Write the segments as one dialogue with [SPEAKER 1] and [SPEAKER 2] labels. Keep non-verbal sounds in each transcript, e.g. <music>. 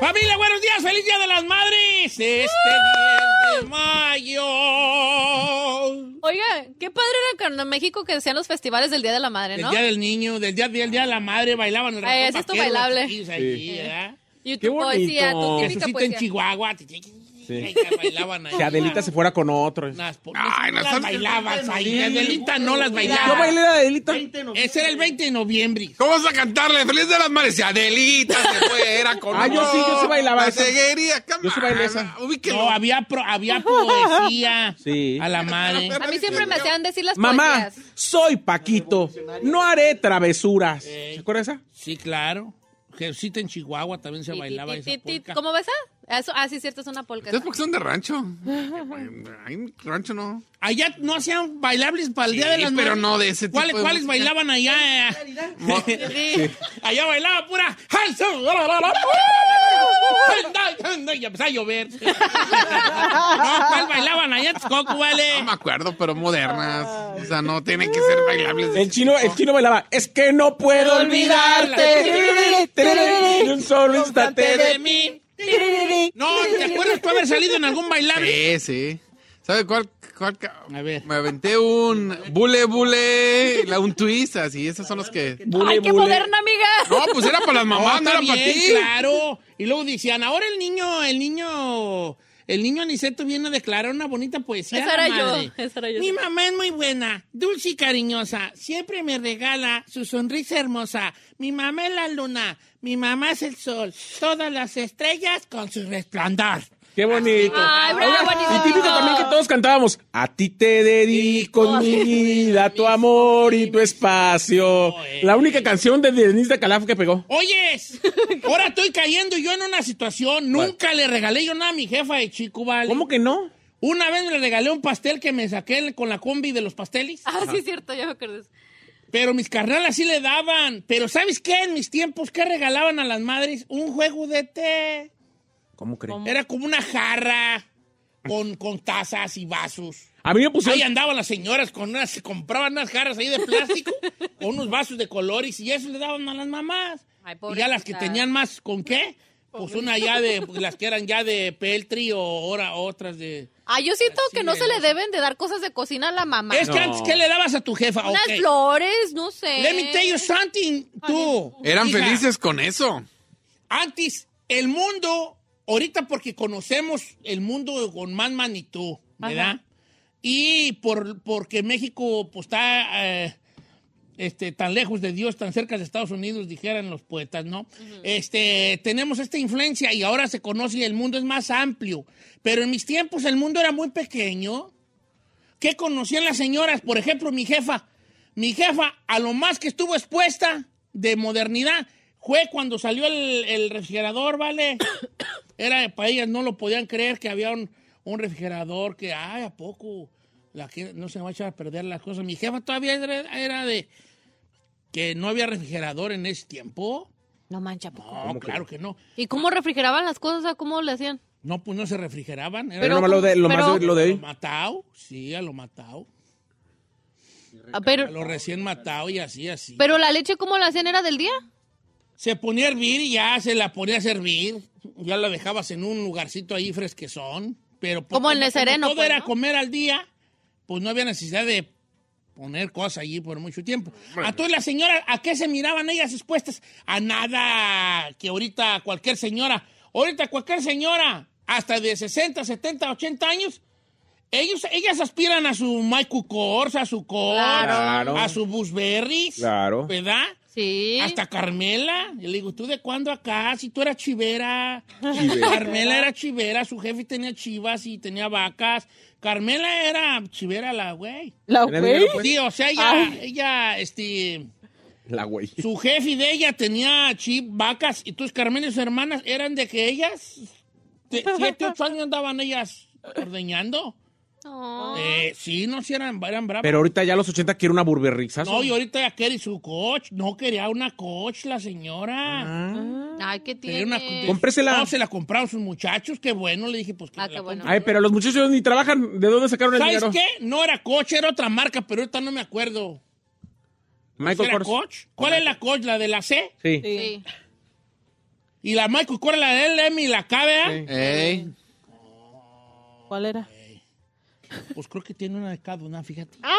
[SPEAKER 1] Familia, buenos días, feliz día de las madres. Este 10 de mayo.
[SPEAKER 2] Oiga, qué padre era cuando en México que hacían los festivales del Día de la Madre,
[SPEAKER 1] El
[SPEAKER 2] ¿no?
[SPEAKER 1] día del niño, del día, del día de la madre, bailaban el
[SPEAKER 2] Ay,
[SPEAKER 1] ratón
[SPEAKER 2] ese es tu
[SPEAKER 1] vaquero, los
[SPEAKER 2] bailable.
[SPEAKER 1] chiquillos ahí, ¿verdad?
[SPEAKER 2] Y
[SPEAKER 3] Qué
[SPEAKER 2] tu poesía,
[SPEAKER 3] bonito.
[SPEAKER 2] tu
[SPEAKER 1] Eso
[SPEAKER 2] típica
[SPEAKER 1] sí está en
[SPEAKER 2] poesía.
[SPEAKER 1] Chihuahua. Ay, bailaban ahí.
[SPEAKER 3] Que Adelita se fuera con otro.
[SPEAKER 1] Las, Ay, las, bailabas ahí. Adelita no las bailaba.
[SPEAKER 3] Yo bailé a Adelita.
[SPEAKER 1] Ese era el 20 de noviembre.
[SPEAKER 4] ¿Cómo vas a cantarle? ¡Feliz de las mares! Y Adelita se fuera con
[SPEAKER 3] Ah, yo sí, yo sí bailaba
[SPEAKER 4] La
[SPEAKER 3] esa.
[SPEAKER 4] ceguería,
[SPEAKER 3] Yo sí bailé esa.
[SPEAKER 1] No, había, pro- había poesía
[SPEAKER 3] <laughs> Sí.
[SPEAKER 1] a la madre.
[SPEAKER 2] A mí siempre me hacían decir las
[SPEAKER 3] Mamá,
[SPEAKER 2] poesías.
[SPEAKER 3] soy Paquito. No haré travesuras. ¿Se acuerda esa?
[SPEAKER 1] Sí, claro. Jesucita en Chihuahua también se
[SPEAKER 2] Ti, ti,
[SPEAKER 1] bailaba
[SPEAKER 2] ti,
[SPEAKER 1] esa
[SPEAKER 2] ti, ti.
[SPEAKER 1] polca.
[SPEAKER 2] ¿Cómo ves? ah? Eso, ah, sí, cierto, es una polca.
[SPEAKER 4] ¿Ustedes porque son de rancho? Ay, en rancho no.
[SPEAKER 1] Allá no hacían bailables para el Día
[SPEAKER 4] Sí,
[SPEAKER 1] de las
[SPEAKER 4] pero
[SPEAKER 1] Madres.
[SPEAKER 4] no de ese tipo
[SPEAKER 1] ¿Cuáles,
[SPEAKER 4] de
[SPEAKER 1] ¿Cuáles
[SPEAKER 4] música?
[SPEAKER 1] bailaban allá? <laughs>
[SPEAKER 2] Sí.
[SPEAKER 1] allá bailaba pura... Y empezó a llover. no, ¿cuál bailaban allá? Texcoco,
[SPEAKER 4] No
[SPEAKER 1] vale.
[SPEAKER 4] me acuerdo, pero modernas. O sea, no tienen que ser bailables. de
[SPEAKER 3] El
[SPEAKER 4] ese
[SPEAKER 3] chino, el
[SPEAKER 4] tipo.
[SPEAKER 3] chino bailaba. Es que no puedo olvidarte. De un solo instante.
[SPEAKER 1] de
[SPEAKER 3] de-
[SPEAKER 1] mí. No, ¿te acuerdas tú haber salido en algún bailable?
[SPEAKER 4] Sí, sí. ¿Sabe cuál? cuál ca-
[SPEAKER 1] A ver.
[SPEAKER 4] Me aventé un bule bule, la- un twist, así. Esos son los que...
[SPEAKER 2] ¡Ay,
[SPEAKER 3] Bule,
[SPEAKER 2] qué
[SPEAKER 3] bule.
[SPEAKER 2] moderna, amiga!
[SPEAKER 4] No, pues era para las
[SPEAKER 3] Ah,
[SPEAKER 4] mamás, no,
[SPEAKER 1] está
[SPEAKER 4] era para
[SPEAKER 1] bien,
[SPEAKER 4] ti.
[SPEAKER 1] claro. Y luego decían, ahora el niño, el niño, el niño Aniceto viene a declarar una bonita poesía.
[SPEAKER 2] Esa
[SPEAKER 1] a la
[SPEAKER 2] era yo,
[SPEAKER 1] madre.
[SPEAKER 2] esa era yo.
[SPEAKER 1] Mi mamá es muy buena, dulce y cariñosa. Siempre me regala su sonrisa hermosa. Mi mamá es la luna, mi mamá es el sol. Todas las estrellas con su resplandor.
[SPEAKER 3] Qué bonito.
[SPEAKER 2] Ay, bravo,
[SPEAKER 3] Y típico
[SPEAKER 2] bonito.
[SPEAKER 3] también que todos cantábamos. A ti te dedico mi vida, tu amor y tu espacio. La única canción de Denise de Calaf que pegó.
[SPEAKER 1] Oyes, ahora estoy cayendo yo en una situación. Nunca le regalé yo nada a mi jefa de chico, ¿vale?
[SPEAKER 3] ¿Cómo que no?
[SPEAKER 1] Una vez le regalé un pastel que me saqué con la combi de los pasteles.
[SPEAKER 2] Ah, sí, cierto, ya me acuerdo.
[SPEAKER 1] Pero mis carnalas sí le daban. Pero ¿sabes qué? En mis tiempos, ¿qué regalaban a las madres? Un juego de té.
[SPEAKER 3] ¿Cómo crees?
[SPEAKER 1] Era como una jarra con, con tazas y vasos.
[SPEAKER 3] A mí me pusieron.
[SPEAKER 1] Ahí andaban las señoras con unas, se compraban unas jarras ahí de plástico con unos vasos de colores y eso le daban a las mamás.
[SPEAKER 2] Ay,
[SPEAKER 1] y ya las que
[SPEAKER 2] pobrecita.
[SPEAKER 1] tenían más, ¿con qué? Pues una ya de,
[SPEAKER 2] <laughs>
[SPEAKER 1] pues, las que eran ya de peltri o ahora otras de...
[SPEAKER 2] Ah, yo siento que no se le deben de dar cosas de cocina a la mamá.
[SPEAKER 1] Es que antes, ¿qué le dabas a tu jefa?
[SPEAKER 2] Unas
[SPEAKER 1] Ok.
[SPEAKER 2] flores, no sé.
[SPEAKER 1] Let me tell you something, tú.
[SPEAKER 4] Eran
[SPEAKER 1] hija.
[SPEAKER 4] felices con eso.
[SPEAKER 1] Antes, el mundo, ahorita porque conocemos el mundo con más magnitud, ¿verdad? Y por, porque México pues, está eh, este, tan lejos de Dios, tan cerca de Estados Unidos, dijeran los poetas, ¿no? este, tenemos esta influencia y ahora se conoce y el mundo es más amplio. Pero en mis tiempos el mundo era muy pequeño. ¿Qué conocían las señoras? Por ejemplo, mi jefa. Mi jefa, a lo más que estuvo expuesta de modernidad, fue cuando salió el, el refrigerador, ¿vale? Era para ellas, no lo podían creer que había un, un refrigerador que, ay, ¿a poco? La que no se va a echar a perder las cosas. Mi jefa todavía era, era de que no había refrigerador en ese tiempo.
[SPEAKER 2] No mancha, ¿a poco?
[SPEAKER 1] No, claro que no.
[SPEAKER 2] ¿Y cómo refrigeraban las cosas? O sea, ¿Cómo le hacían?
[SPEAKER 1] No, pues no se refrigeraban. Era
[SPEAKER 3] Pero nomás lo de, lo
[SPEAKER 2] pero-
[SPEAKER 3] más de- lo de
[SPEAKER 1] lo
[SPEAKER 3] él.
[SPEAKER 1] matado, sí, a lo matado.
[SPEAKER 2] Ah,
[SPEAKER 1] A
[SPEAKER 2] pero,
[SPEAKER 1] lo recién matado y así, así.
[SPEAKER 2] pero la leche, ¿cómo la hacían? ¿Era del día?
[SPEAKER 1] Se ponía a hervir y ya se la ponía a servir. Ya la dejabas en un lugarcito ahí fresquezón. Pero pues,
[SPEAKER 2] Como en el sereno,
[SPEAKER 1] Todo
[SPEAKER 2] pues,
[SPEAKER 1] era
[SPEAKER 2] ¿no?
[SPEAKER 1] comer al día, pues no había necesidad de poner cosas allí por mucho tiempo. Entonces la señora, ¿a qué se miraban ellas expuestas? A nada que ahorita cualquier señora, ahorita cualquier señora, hasta de 60, 70, 80 años, ellos, ellas aspiran a su Michael Kors, a su Kors,
[SPEAKER 3] Claro.
[SPEAKER 1] a su Busberries,
[SPEAKER 3] Claro.
[SPEAKER 1] ¿verdad?
[SPEAKER 2] Sí.
[SPEAKER 1] Hasta Carmela. Yo le digo, ¿tú de cuándo acá? Si tú eras chivera.
[SPEAKER 3] Chivera.
[SPEAKER 1] Carmela era chivera, su jefe tenía chivas y tenía vacas. Carmela era chivera la güey.
[SPEAKER 5] La
[SPEAKER 3] Era
[SPEAKER 5] güey.
[SPEAKER 3] dinero, pues.
[SPEAKER 1] Sí, o sea, ella, ella, este,
[SPEAKER 3] La güey.
[SPEAKER 1] su jefe de ella tenía chi- vacas y tus Carmela y sus hermanas eran de que ellas, de siete, ocho años andaban ellas ordeñando.
[SPEAKER 2] No.
[SPEAKER 1] Eh, sí, no, sí eran, eran bravas.
[SPEAKER 3] Pero ahorita ya a los 80 quiere una burberriza.
[SPEAKER 1] no, y ahorita ya quiere su coach. No quería una coach la señora.
[SPEAKER 3] Ah.
[SPEAKER 2] Ay, ¿qué
[SPEAKER 1] Tenía
[SPEAKER 2] tiene?
[SPEAKER 1] una-
[SPEAKER 3] Cómprensela.
[SPEAKER 1] No, se la compraron sus muchachos, qué bueno, le dije, pues que
[SPEAKER 2] Ah,
[SPEAKER 1] me
[SPEAKER 2] qué
[SPEAKER 1] la
[SPEAKER 2] bueno.
[SPEAKER 1] compren.
[SPEAKER 3] Ay, pero los muchachos ni trabajan. ¿De dónde sacaron el
[SPEAKER 1] ¿Sabes
[SPEAKER 3] dinero?
[SPEAKER 1] qué? No era coche, era otra marca, pero ahorita no me acuerdo.
[SPEAKER 3] Michael
[SPEAKER 1] ¿Era
[SPEAKER 3] Kors.
[SPEAKER 1] coach? ¿Cuál es la coach? ¿La de la C?
[SPEAKER 3] Sí.
[SPEAKER 2] Sí.
[SPEAKER 1] Y la Michael, ¿cuál es la de LM y la KBA?
[SPEAKER 4] Ey.
[SPEAKER 5] ¿Cuál era?
[SPEAKER 1] Pues creo que tiene una de cada una, fíjate.
[SPEAKER 2] ¡Ah,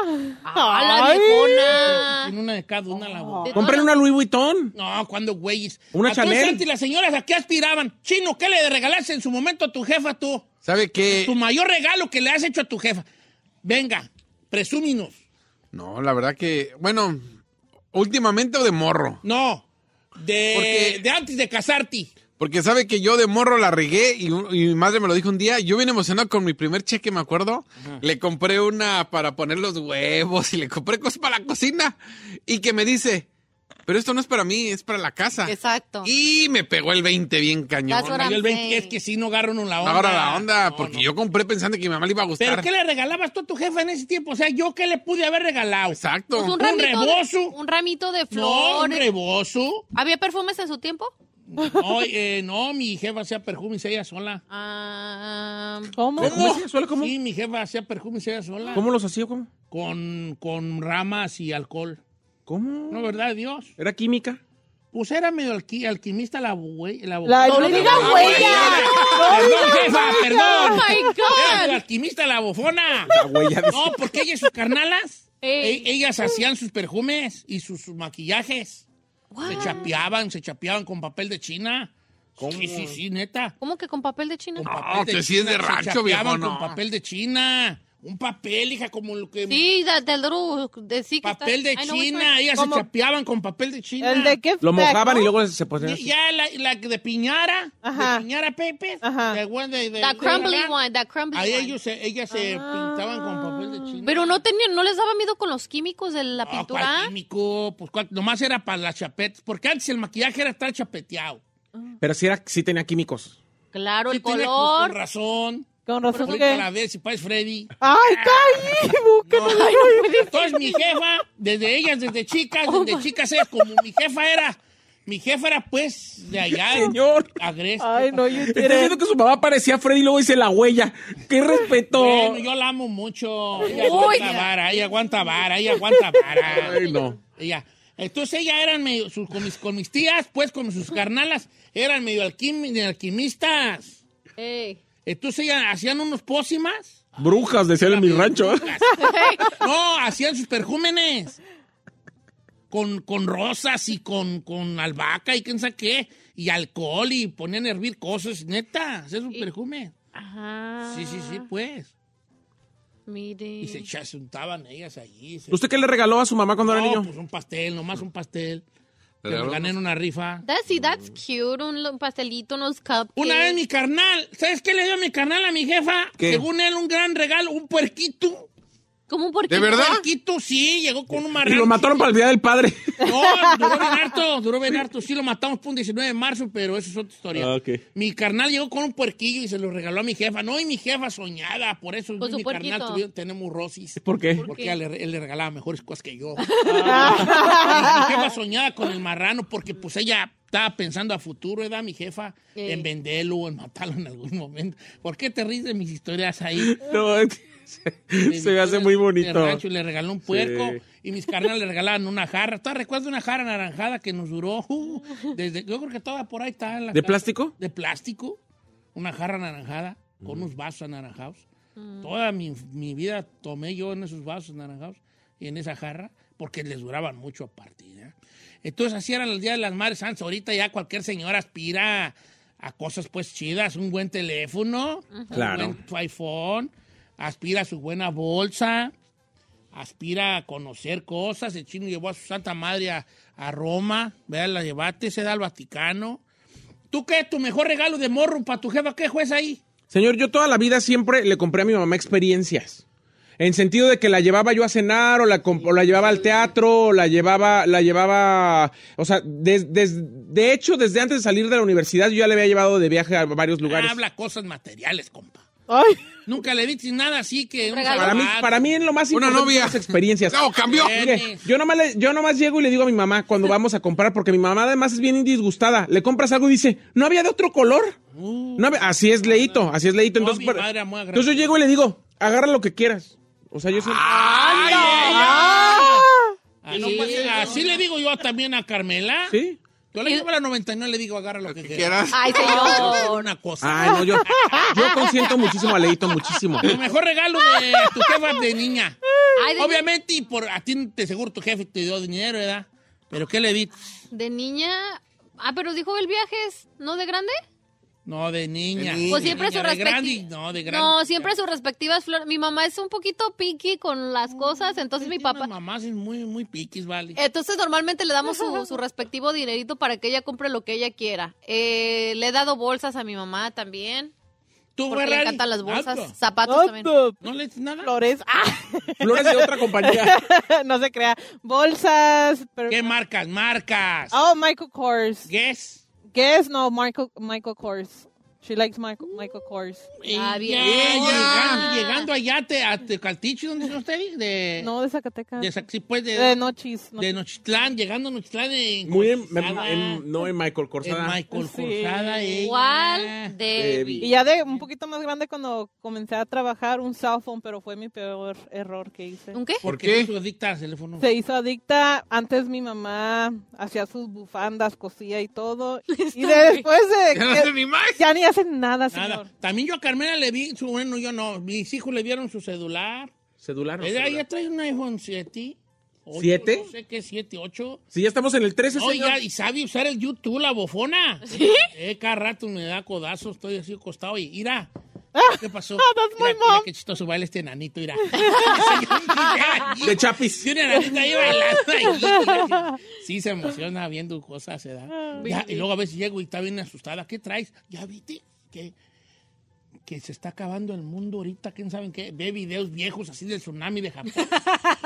[SPEAKER 2] la
[SPEAKER 5] Ay.
[SPEAKER 2] viejona!
[SPEAKER 1] Tiene una de cada una la boca.
[SPEAKER 2] De
[SPEAKER 5] Ah,
[SPEAKER 3] Compren
[SPEAKER 2] todo.
[SPEAKER 3] una Louis Vuitton.
[SPEAKER 1] No, cuando güeyes.
[SPEAKER 3] Una
[SPEAKER 1] ¿A tú,
[SPEAKER 3] Chanel.
[SPEAKER 1] Santi, las señoras a qué aspiraban? Chino, ¿qué le regalaste en su momento a tu jefa tú?
[SPEAKER 4] ¿Sabe qué?
[SPEAKER 1] Tu mayor regalo que le has hecho a tu jefa. Venga, presúminos.
[SPEAKER 4] No, la verdad que, bueno, últimamente o de morro.
[SPEAKER 1] No, de,
[SPEAKER 4] Porque-
[SPEAKER 1] de antes de casarte.
[SPEAKER 4] Porque sabe que yo de morro la regué y, un- y mi madre me lo dijo un día. Yo bien emocionado con mi primer cheque, me acuerdo. Le compré una para poner los huevos y le compré cosas para la cocina. Y que me dice, pero esto no es para mí, es para la casa.
[SPEAKER 2] Exacto.
[SPEAKER 4] Y me pegó el 20 bien cañón.
[SPEAKER 2] That's what I'm
[SPEAKER 1] Yo el 20,
[SPEAKER 2] saying.
[SPEAKER 1] es que sí, no agarro la onda.
[SPEAKER 4] Ahora la onda,
[SPEAKER 1] No,
[SPEAKER 4] porque
[SPEAKER 1] no.
[SPEAKER 4] yo compré pensando que mi mamá le iba a gustar.
[SPEAKER 1] ¿Pero qué le regalabas tú a tu jefa en ese tiempo? O sea, ¿yo qué le pude haber regalado?
[SPEAKER 4] Exacto.
[SPEAKER 2] Pues un
[SPEAKER 1] Un
[SPEAKER 2] ramito.
[SPEAKER 1] rebozo.
[SPEAKER 2] De, un ramito de
[SPEAKER 1] No, un
[SPEAKER 2] flores.
[SPEAKER 1] rebozo.
[SPEAKER 2] ¿Había perfumes en su tiempo?
[SPEAKER 1] No, eh, no, mi jefa hacía perfumes ella sola.
[SPEAKER 2] Ah,
[SPEAKER 5] ¿Cómo?
[SPEAKER 3] ¿Cómo? hacía? ¿Suelo cómo?
[SPEAKER 1] Sí, mi jefa hacía perfumes ella sola.
[SPEAKER 3] ¿Cómo los hacía? ¿Cómo?
[SPEAKER 1] Con, con ramas y alcohol.
[SPEAKER 3] ¿Cómo?
[SPEAKER 1] No, ¿verdad, Dios?
[SPEAKER 3] ¿Era química?
[SPEAKER 1] Pues era medio alqui- alquimista la güey. La,
[SPEAKER 5] La, no,
[SPEAKER 1] bofona.
[SPEAKER 5] digas huella.
[SPEAKER 1] Perdón, jefa, <laughs>
[SPEAKER 2] ¡Oh,
[SPEAKER 1] perdón.
[SPEAKER 2] my
[SPEAKER 1] Era medio
[SPEAKER 2] God!
[SPEAKER 1] alquimista la bofona.
[SPEAKER 3] La huella de...
[SPEAKER 1] No, porque ellas y sus carnalas,
[SPEAKER 2] Ey.
[SPEAKER 1] e- ellas hacían sus perfumes y sus, sus maquillajes. Se chapeaban, se chapeaban con papel de China. Sí, sí, sí, neta.
[SPEAKER 2] ¿Cómo que con papel de china?
[SPEAKER 1] Con
[SPEAKER 4] No,
[SPEAKER 1] papel
[SPEAKER 4] que sí es de
[SPEAKER 1] China, se
[SPEAKER 4] rancho,
[SPEAKER 1] chapeaban
[SPEAKER 4] viejo,
[SPEAKER 1] con
[SPEAKER 4] no.
[SPEAKER 1] papel de China. Un papel, hija, como lo que...
[SPEAKER 2] Sí, da- del duro. de- sí que está-
[SPEAKER 1] papel de
[SPEAKER 2] I know which
[SPEAKER 1] China.
[SPEAKER 2] one.
[SPEAKER 1] Ellas
[SPEAKER 5] ¿Cómo?
[SPEAKER 1] se chapeaban con papel de China.
[SPEAKER 5] El de qué
[SPEAKER 3] Lo
[SPEAKER 5] fact,
[SPEAKER 3] mojaban
[SPEAKER 5] ¿no?
[SPEAKER 3] y luego se ponían
[SPEAKER 1] Y
[SPEAKER 3] así.
[SPEAKER 1] Ya la, la de piñara.
[SPEAKER 5] Ajá.
[SPEAKER 1] De piñara Pepe.
[SPEAKER 5] Ajá.
[SPEAKER 1] De, de, de-
[SPEAKER 2] The
[SPEAKER 1] de-
[SPEAKER 2] crumbly one, the crumbly
[SPEAKER 1] Ahí
[SPEAKER 2] one. Ah.
[SPEAKER 1] ellos, se- ellas se pintaban con papel de China.
[SPEAKER 2] Pero no tenían, no les daba miedo con los químicos de la
[SPEAKER 1] Ah,
[SPEAKER 2] pintura.
[SPEAKER 1] ¿cuál químico? Pues ¿cuál? nomás era para las chapetas. Porque antes el maquillaje era estar chapeteado.
[SPEAKER 3] Pero sí, era, sí tenía químicos.
[SPEAKER 2] Claro,
[SPEAKER 1] Sí
[SPEAKER 2] el
[SPEAKER 1] tenía, pues,
[SPEAKER 2] color.
[SPEAKER 1] Con razón.
[SPEAKER 5] Con razón
[SPEAKER 1] Por
[SPEAKER 5] que...
[SPEAKER 1] la vez, si paes Freddy. Ah.
[SPEAKER 5] ¡Ay, caí! que no,
[SPEAKER 1] Entonces mi jefa, desde ellas, desde chicas,
[SPEAKER 2] Oh.
[SPEAKER 1] desde chicas, es como mi jefa era. Mi jefa era pues de
[SPEAKER 5] <laughs>
[SPEAKER 1] allá.
[SPEAKER 3] Señor.
[SPEAKER 1] Agreste.
[SPEAKER 5] Ay, no, yo
[SPEAKER 3] Estoy diciendo que su mamá parecía Freddy y luego dice la huella. ¡Qué respeto!
[SPEAKER 1] Bueno, yo la amo mucho. Ella
[SPEAKER 2] Uy.
[SPEAKER 1] aguanta vara, ella aguanta vara, ella aguanta vara.
[SPEAKER 3] Ay, no.
[SPEAKER 1] Ella. Entonces ella eran medio, sus- con, mis, con mis tías, pues con sus carnalas, eran medio alquim- alquimistas.
[SPEAKER 2] Ey.
[SPEAKER 1] Entonces ella- hacían unos pócimas.
[SPEAKER 3] Brujas, decían en mi rancho.
[SPEAKER 1] No, hacían sus perjúmenes. Con, con rosas y con, con albahaca y quién sabe qué. Y alcohol y ponían a hervir cosas. Neta, hacían sus perfumes.
[SPEAKER 2] Ajá.
[SPEAKER 1] Sí, sí, sí, pues.
[SPEAKER 2] Mire.
[SPEAKER 1] Y se chazuntaban ellas allí. se-
[SPEAKER 3] ¿Usted qué le regaló a su mamá cuando era
[SPEAKER 1] No,
[SPEAKER 3] niño?
[SPEAKER 1] pues un pastel, nomás un pastel.
[SPEAKER 4] Le
[SPEAKER 1] Que me
[SPEAKER 4] regaló
[SPEAKER 1] gané en una rifa.
[SPEAKER 2] That's, sí, that's cute. Un lo- pastelito, unos cupcakes.
[SPEAKER 1] Una vez mi carnal, ¿sabes qué le dio mi carnal a mi jefa?
[SPEAKER 3] ¿Qué?
[SPEAKER 1] Según él, un gran regalo, un puerquito.
[SPEAKER 2] ¿Cómo porque?
[SPEAKER 4] ¿De verdad?
[SPEAKER 1] Un puerquito, sí, llegó con un
[SPEAKER 3] Y
[SPEAKER 1] marrano.
[SPEAKER 3] lo mataron para el día del padre. <laughs>
[SPEAKER 1] No, duró bien harto, duró bien harto. Sí, lo matamos por un 19 de marzo, pero eso es otra historia.
[SPEAKER 3] Ah, ok.
[SPEAKER 1] Mi carnal llegó con un puerquillo y se lo regaló a mi jefa. No, y mi jefa soñada, por eso
[SPEAKER 2] Con su
[SPEAKER 1] mi carnal
[SPEAKER 2] puerquito.
[SPEAKER 1] tuvieron- tenemos rosis.
[SPEAKER 3] ¿Por qué?
[SPEAKER 1] Porque él, le- él le regalaba mejores cosas
[SPEAKER 3] <laughs>
[SPEAKER 1] que yo. Ah. mi jefa soñaba con el marrano porque pues ella estaba pensando a futuro, ¿verdad? Mi jefa
[SPEAKER 2] Ey.
[SPEAKER 1] en venderlo o en matarlo en algún momento. ¿Por qué te ríes de mis
[SPEAKER 3] <laughs>
[SPEAKER 1] historias ahí?
[SPEAKER 3] No, es-
[SPEAKER 1] De
[SPEAKER 3] se me hace
[SPEAKER 1] Victoria
[SPEAKER 3] muy
[SPEAKER 1] de
[SPEAKER 3] bonito.
[SPEAKER 1] rancho y le regaló un puerco y mis carnales le regalaban una jarra. ¿Tú recuerdas una jarra naranjada que
[SPEAKER 3] <laughs>
[SPEAKER 1] nos duró? Uh, desde, yo creo que toda por ahí está. en la
[SPEAKER 3] ¿De
[SPEAKER 1] casa.
[SPEAKER 3] plástico?
[SPEAKER 1] De plástico. Una jarra naranjada. con unos vasos anaranjados. Toda mi, mi vida tomé yo en esos vasos anaranjados y en esa jarra, porque les duraban mucho a partida. Entonces así eran los días de las madres santas. Ahorita ya cualquier señora aspira a cosas pues chidas, un buen teléfono,
[SPEAKER 3] Claro.
[SPEAKER 1] un buen iPhone, aspira a su buena bolsa, aspira a conocer cosas. El chino llevó a su santa madre a, a Roma, ¿verdad? la llevaste, se da al Vaticano. ¿Tú qué? ¿Tu mejor regalo de morro para tu jefa? ¿Qué juez ahí?
[SPEAKER 3] Señor, yo toda la vida siempre le compré a mi mamá experiencias. En sentido de que la llevaba yo a cenar, o la, comp- o la llevaba al teatro, o la llevaba, la llevaba, o sea, des- des- de hecho, desde antes de salir de la universidad, yo ya le había llevado de viaje a varios lugares.
[SPEAKER 1] Habla cosas materiales, compa.
[SPEAKER 5] Ay,
[SPEAKER 1] Nunca le diste nada así que... un
[SPEAKER 2] regalo.
[SPEAKER 3] Para mí,
[SPEAKER 1] zapato.
[SPEAKER 3] para mí es lo más
[SPEAKER 4] Una
[SPEAKER 3] importante
[SPEAKER 4] novia.
[SPEAKER 3] son las experiencias.
[SPEAKER 4] No, cambió.
[SPEAKER 1] Eh,
[SPEAKER 3] Mire, yo nomás, le- yo nomás llego y le digo a mi mamá cuando vamos a comprar, porque mi mamá además es bien disgustada. Le compras algo y dice, no había de otro color. No había- así es leíto, así es leíto.
[SPEAKER 1] Uh. No,
[SPEAKER 3] Entonces,
[SPEAKER 1] mi
[SPEAKER 3] por-
[SPEAKER 1] madre amó a gran-
[SPEAKER 3] entonces yo llego y le digo, agarra lo que quieras. O sea, yo soy...
[SPEAKER 4] Ah.
[SPEAKER 1] ¡Ay, ay, ay! Ah, no, pues, Así le digo yo también a Carmela.
[SPEAKER 3] ¿Sí?
[SPEAKER 1] Yo le llevo a la 99 le digo, agarra lo que,
[SPEAKER 4] que
[SPEAKER 1] quieras.
[SPEAKER 4] quieras.
[SPEAKER 2] Ay,
[SPEAKER 1] Yo <laughs> te digo
[SPEAKER 2] señor.
[SPEAKER 1] Una cosa.
[SPEAKER 3] Ay, no, yo, yo consiento muchísimo a Leito, muchísimo.
[SPEAKER 1] Tu mejor regalo de tu jefa de niña.
[SPEAKER 2] Ay, de,
[SPEAKER 1] Obviamente, y por, a ti te seguro tu jefe te dio dinero, ¿verdad? Pero ¿qué le di?
[SPEAKER 2] de niña. Ah, pero dijo el viaje es, ¿no de grande?
[SPEAKER 1] No, de niña.
[SPEAKER 4] De niña.
[SPEAKER 2] Pues siempre
[SPEAKER 1] De
[SPEAKER 2] su
[SPEAKER 1] niña, de grande y-
[SPEAKER 2] respectiva.
[SPEAKER 1] No, de grande.
[SPEAKER 2] No, siempre sus respectivas flores. Mi mamá es un poquito piqui con las cosas, entonces mi papá. Eh,
[SPEAKER 1] Mamá es muy, muy piquis, vale.
[SPEAKER 2] Entonces normalmente le damos su, su respectivo dinerito para que ella compre lo que ella quiera. Eh, le he dado bolsas a mi mamá también.
[SPEAKER 1] ¿Tú,
[SPEAKER 2] Porque le
[SPEAKER 1] Ferrari?
[SPEAKER 2] encantan las bolsas,
[SPEAKER 1] Alto.
[SPEAKER 2] zapatos también.
[SPEAKER 5] tonto,
[SPEAKER 1] ¿No le dices nada?
[SPEAKER 5] Flores. <laughs>
[SPEAKER 3] Flores de otra compañía.
[SPEAKER 5] Ah, no se crea. Bolsas. pero-
[SPEAKER 1] ¿Qué marcas? Marcas.
[SPEAKER 5] Oh, Michael Kors.
[SPEAKER 1] Guess.
[SPEAKER 5] Guess no, Michael, Michael Kors. She likes Michael, Michael Kors.
[SPEAKER 2] Ah, bien.
[SPEAKER 1] Llegando,
[SPEAKER 2] Ella.
[SPEAKER 1] llegando allá te, a Tecaltichi, ¿dónde son ustedes? De,
[SPEAKER 5] No, de Zacatecas.
[SPEAKER 1] Eh, de,
[SPEAKER 5] De,
[SPEAKER 1] Sa- sí, pues, de,
[SPEAKER 5] Nochis. no-
[SPEAKER 1] de Nochitlán, llegando a Nochitlán en
[SPEAKER 3] Muy en,
[SPEAKER 1] Corsada,
[SPEAKER 3] en- no en Michael
[SPEAKER 1] en
[SPEAKER 3] Corsada. eh,
[SPEAKER 1] Michael
[SPEAKER 5] Sí.
[SPEAKER 1] Corsada, ella.
[SPEAKER 2] ¿Cuál?
[SPEAKER 5] Y
[SPEAKER 2] De...
[SPEAKER 5] ya de un poquito más grande cuando comencé a trabajar un cell phone, pero fue mi peor error que hice.
[SPEAKER 2] ¿Un qué?
[SPEAKER 1] ¿Por
[SPEAKER 4] qué?
[SPEAKER 1] qué? se adicta al teléfono?
[SPEAKER 5] Se hizo adicta. Antes mi mamá hacía sus bufandas, cosía y
[SPEAKER 2] <laughs>
[SPEAKER 5] todo. Y después de
[SPEAKER 4] Ya no hace
[SPEAKER 5] que-
[SPEAKER 4] ni más.
[SPEAKER 5] ya ni hacen nada, señor.
[SPEAKER 1] Nada. También yo a Carmela le vi, su, bueno, yo no, mis hijos le vieron su celular.
[SPEAKER 3] Cedular. no
[SPEAKER 1] Ella
[SPEAKER 3] cedular.
[SPEAKER 1] ya trae un iPhone 7. ocho,
[SPEAKER 3] ¿Siete?
[SPEAKER 1] No sé qué, 7, 8.
[SPEAKER 3] Si ya estamos en el 13,
[SPEAKER 1] No,
[SPEAKER 3] señor.
[SPEAKER 1] ya, y sabe usar el YouTube, la bofona. Eh, cada rato me da codazo, estoy así acostado y mira. ¿Qué pasó?
[SPEAKER 5] Ah, <laughs> that's my
[SPEAKER 1] Mira, mira
[SPEAKER 5] mom.
[SPEAKER 1] qué chistoso baila este enanito, <laughs>
[SPEAKER 5] <laughs>
[SPEAKER 1] mira.
[SPEAKER 3] De chapis.
[SPEAKER 1] Sí, una enanita ahí bailando ahí. Sí, se emociona viendo cosas, se da. Ya, y luego a veces llego y está bien asustada. ¿Qué traes? ¿Ya viste? Que, que se está acabando el mundo ahorita, quién sabe qué. Ve videos viejos así del tsunami de Japón.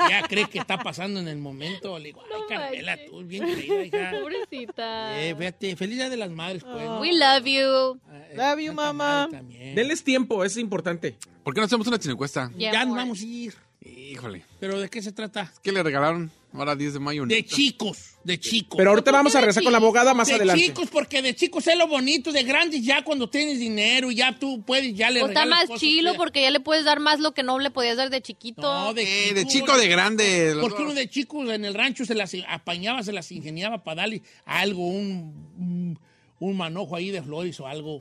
[SPEAKER 1] ya crees que está pasando en el momento. Le digo, ay,
[SPEAKER 2] No
[SPEAKER 1] Carmela,
[SPEAKER 2] manches.
[SPEAKER 1] tú eres bien creída,
[SPEAKER 2] <laughs>
[SPEAKER 1] hija.
[SPEAKER 2] Pobrecita.
[SPEAKER 1] Eh, fíjate, feliz día de las madres, pues. ¿no?
[SPEAKER 2] We love you.
[SPEAKER 1] Ah, eh,
[SPEAKER 5] Love you,
[SPEAKER 1] Santa
[SPEAKER 5] mamá.
[SPEAKER 1] Madre también.
[SPEAKER 3] Denles tiempo, es importante.
[SPEAKER 4] ¿Por qué no hacemos una chinecuesta?
[SPEAKER 2] Yeah,
[SPEAKER 1] Ya nos
[SPEAKER 2] amor.
[SPEAKER 1] vamos a ir.
[SPEAKER 4] Híjole.
[SPEAKER 1] ¿Pero de qué se trata?
[SPEAKER 4] ¿Qué le regalaron ahora 10 de mayo?
[SPEAKER 1] De chicos, de chicos.
[SPEAKER 3] Pero ahorita vamos a regresar con la abogada más
[SPEAKER 1] de
[SPEAKER 3] adelante.
[SPEAKER 1] chicos, porque de chicos es lo bonito, de grandes ya cuando tienes dinero, ya tú puedes, ya le
[SPEAKER 2] O está
[SPEAKER 1] regalas
[SPEAKER 2] más
[SPEAKER 1] cosas,
[SPEAKER 2] chilo
[SPEAKER 1] ya.
[SPEAKER 2] porque ya le puedes dar más lo que no le podías dar de chiquito.
[SPEAKER 1] No, de,
[SPEAKER 4] Eh, de
[SPEAKER 1] chico,
[SPEAKER 4] chico, de grande. los
[SPEAKER 1] Porque
[SPEAKER 4] dos.
[SPEAKER 1] uno de chicos en el rancho se las apañaba, se las ingeniaba para darle algo, un, un, un manojo ahí de flores o algo.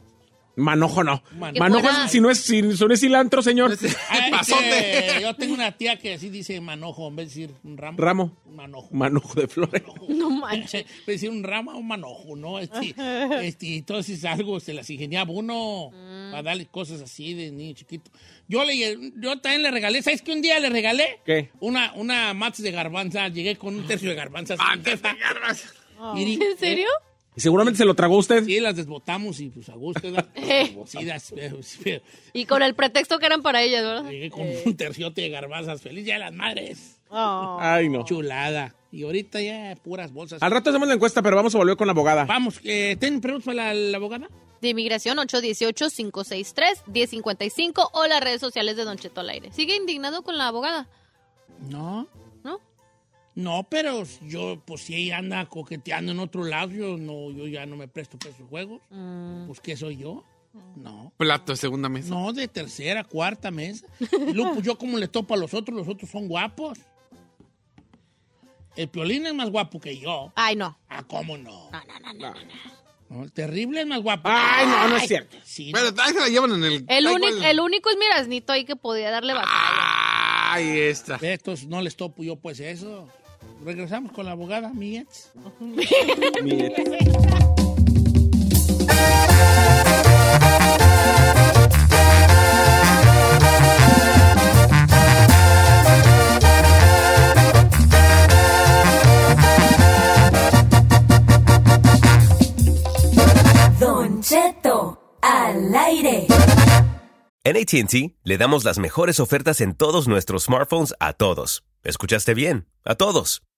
[SPEAKER 3] Manojo no.
[SPEAKER 1] Man-
[SPEAKER 3] Manojo
[SPEAKER 2] Que fuera-
[SPEAKER 3] es- si no es, si, si no es cilantro, señor.
[SPEAKER 1] Ay,
[SPEAKER 4] <laughs> pasote.
[SPEAKER 1] que Yo tengo una tía que así dice manojo, en vez de decir un ramo.
[SPEAKER 3] Ramo.
[SPEAKER 1] Un manojo.
[SPEAKER 3] <laughs> Manojo de flores.
[SPEAKER 2] <laughs> No
[SPEAKER 1] <laughs>
[SPEAKER 2] manches.
[SPEAKER 1] Es decir, Pues, un rama, un manojo, ¿no? Este, este, entonces algo se las ingeniaba uno
[SPEAKER 2] Mm.
[SPEAKER 1] para darle cosas así de niño chiquito. Yo le yo también le regalé, ¿sabes qué un día le regalé?
[SPEAKER 3] ¿Qué?
[SPEAKER 1] Una, una mats de garbanza, llegué con un tercio de garbanzas. Y-
[SPEAKER 2] <laughs> ¿En serio?
[SPEAKER 3] Y seguramente se lo tragó usted.
[SPEAKER 1] Sí, las desbotamos y pues a gusto.
[SPEAKER 2] <laughs>
[SPEAKER 1] ¿verdad?
[SPEAKER 2] Eh.
[SPEAKER 1] Sí, las- pero- pero
[SPEAKER 2] Y con el pretexto que eran para ellas, ¿verdad?
[SPEAKER 1] llegué con un terciote de garbanzas. Feliz día de las madres.
[SPEAKER 5] Oh.
[SPEAKER 3] Ay, no.
[SPEAKER 1] Chulada. Y ahorita ya puras bolsas.
[SPEAKER 3] Al rato hacemos la encuesta, pero vamos a volver con la abogada.
[SPEAKER 1] Vamos, eh, ¿tienen preguntas para la- la abogada?
[SPEAKER 2] De inmigración 818-563-1055 o las redes sociales de Don Cheto al aire. ¿Sigue indignado con la abogada?
[SPEAKER 1] No.
[SPEAKER 2] ¿No?
[SPEAKER 1] No, pero yo, pues si ella anda coqueteando en otro lado, yo, no, yo ya no me presto para esos juegos. Pues ¿qué soy yo? No.
[SPEAKER 4] Plato de segunda mesa.
[SPEAKER 1] No, de tercera, cuarta mesa. Y luego, pues yo como le topo a los otros, los otros son guapos. El Piolín es más guapo que yo.
[SPEAKER 2] Ay, no.
[SPEAKER 1] Ah, ¿cómo no? No, no, no, no. No, el terrible es más guapo.
[SPEAKER 3] Ay, no, no es cierto.
[SPEAKER 1] Sí,
[SPEAKER 4] Pero ahí se la llevan en el.
[SPEAKER 2] El,
[SPEAKER 4] da
[SPEAKER 2] único-
[SPEAKER 4] igual.
[SPEAKER 2] el único es Mirasnito ahí que podía darle batalla.
[SPEAKER 4] Ahí está.
[SPEAKER 1] Ve, Estos no les topo yo, pues eso. Regresamos con la abogada Mietz.
[SPEAKER 6] Don Cheto, al aire.
[SPEAKER 7] En ATT le damos las mejores ofertas en todos nuestros smartphones a todos. ¿Escuchaste bien? A todos.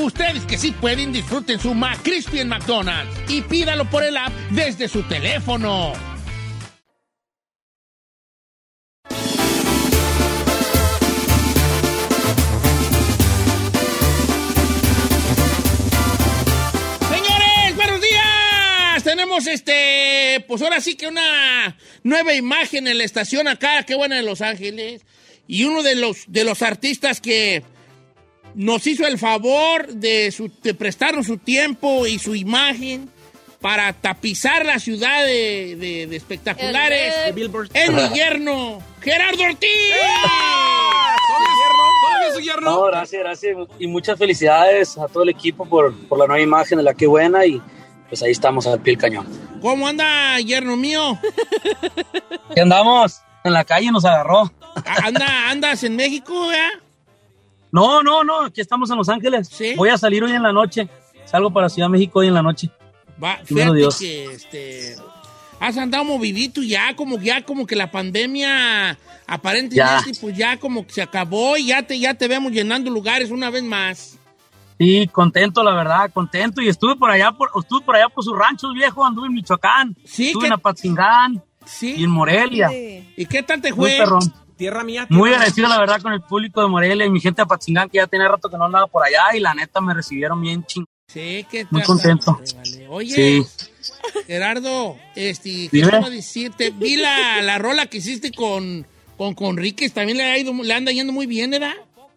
[SPEAKER 1] Ustedes que sí pueden, disfruten su McCrispy en McDonald's y pídalo por el app desde su teléfono. Señores, buenos días. Tenemos este, pues ahora sí que una nueva imagen en la estación acá, qué buena de Los Ángeles. Y uno de los, de los artistas que nos hizo el favor de, su- de prestarnos su tiempo y su imagen para tapizar la ciudad de, de- de espectaculares.
[SPEAKER 2] El-
[SPEAKER 1] Es mi yerno, Gerardo Ortiz.
[SPEAKER 4] ¡Eh! ¿Todavía su yerno?
[SPEAKER 8] No, gracias, gracias. Y muchas felicidades a todo el equipo por, por la nueva imagen de la que buena. Y pues ahí estamos al pie del cañón.
[SPEAKER 1] ¿Cómo anda, yerno mío?
[SPEAKER 8] ¿Qué andamos? En la calle nos agarró.
[SPEAKER 1] Anda, andas en México, ¿ya?
[SPEAKER 8] No, no, no. Aquí estamos en Los Ángeles.
[SPEAKER 1] Sí.
[SPEAKER 8] Voy a salir hoy en la noche. Salgo para Ciudad de México hoy en la noche.
[SPEAKER 1] Va,
[SPEAKER 8] Primero
[SPEAKER 1] fíjate
[SPEAKER 8] Dios.
[SPEAKER 1] que este. Has andado movidito ya, como ya como que la pandemia aparentemente
[SPEAKER 8] Ya.
[SPEAKER 1] pues ya como que se acabó y ya te ya te vemos llenando lugares una vez más.
[SPEAKER 8] Sí, contento, la verdad, contento. Y estuve por allá, por, estuve por allá por sus ranchos, viejo. Anduve en Michoacán.
[SPEAKER 1] Sí,
[SPEAKER 8] estuve
[SPEAKER 1] ¿qué-
[SPEAKER 8] en Apatzingán y
[SPEAKER 1] Sí.
[SPEAKER 8] en Morelia.
[SPEAKER 1] ¿Y qué tal te
[SPEAKER 8] Muy
[SPEAKER 1] fue?
[SPEAKER 8] perrón.
[SPEAKER 3] Tierra mía. tierra
[SPEAKER 8] Muy
[SPEAKER 3] mía.
[SPEAKER 8] agradecido, la verdad, con el público de Morelia y mi gente de Apatzingán, que ya tenía rato que no andaba por allá. Y la neta me recibieron bien ching.
[SPEAKER 1] Sí, qué
[SPEAKER 8] Muy
[SPEAKER 1] tal?
[SPEAKER 8] contento.
[SPEAKER 1] Vale. Oye,
[SPEAKER 8] Sí.
[SPEAKER 1] Gerardo, este, ¿qué
[SPEAKER 8] Dime.
[SPEAKER 1] te iba a decir? Te vi la, la rola que hiciste con con Conríquez, también le ha ido le anda yendo muy bien, ¿verdad?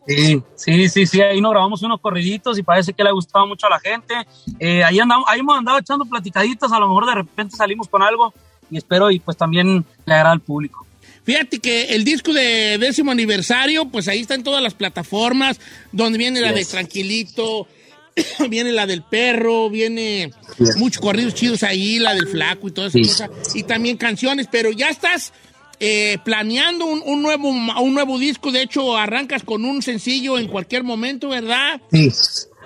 [SPEAKER 8] Sí, sí, sí, sí, ahí nos grabamos unos corriditos y parece que le ha gustado mucho a la gente. Eh, ahí, andamos, ahí hemos andado echando platicaditas, a lo mejor de repente salimos con algo y espero y pues también le agrada al público.
[SPEAKER 1] Fíjate que el disco de décimo aniversario, pues ahí está en todas las plataformas, donde viene la de
[SPEAKER 8] Yes.
[SPEAKER 1] Tranquilito, <coughs> viene la del perro, viene
[SPEAKER 8] Yes.
[SPEAKER 1] muchos corridos chidos ahí, la del flaco y toda esa
[SPEAKER 8] Sí.
[SPEAKER 1] cosa, y también canciones, pero ya estás eh, planeando un, un nuevo, un nuevo disco, de hecho arrancas con un sencillo en cualquier momento, ¿verdad?
[SPEAKER 8] Sí.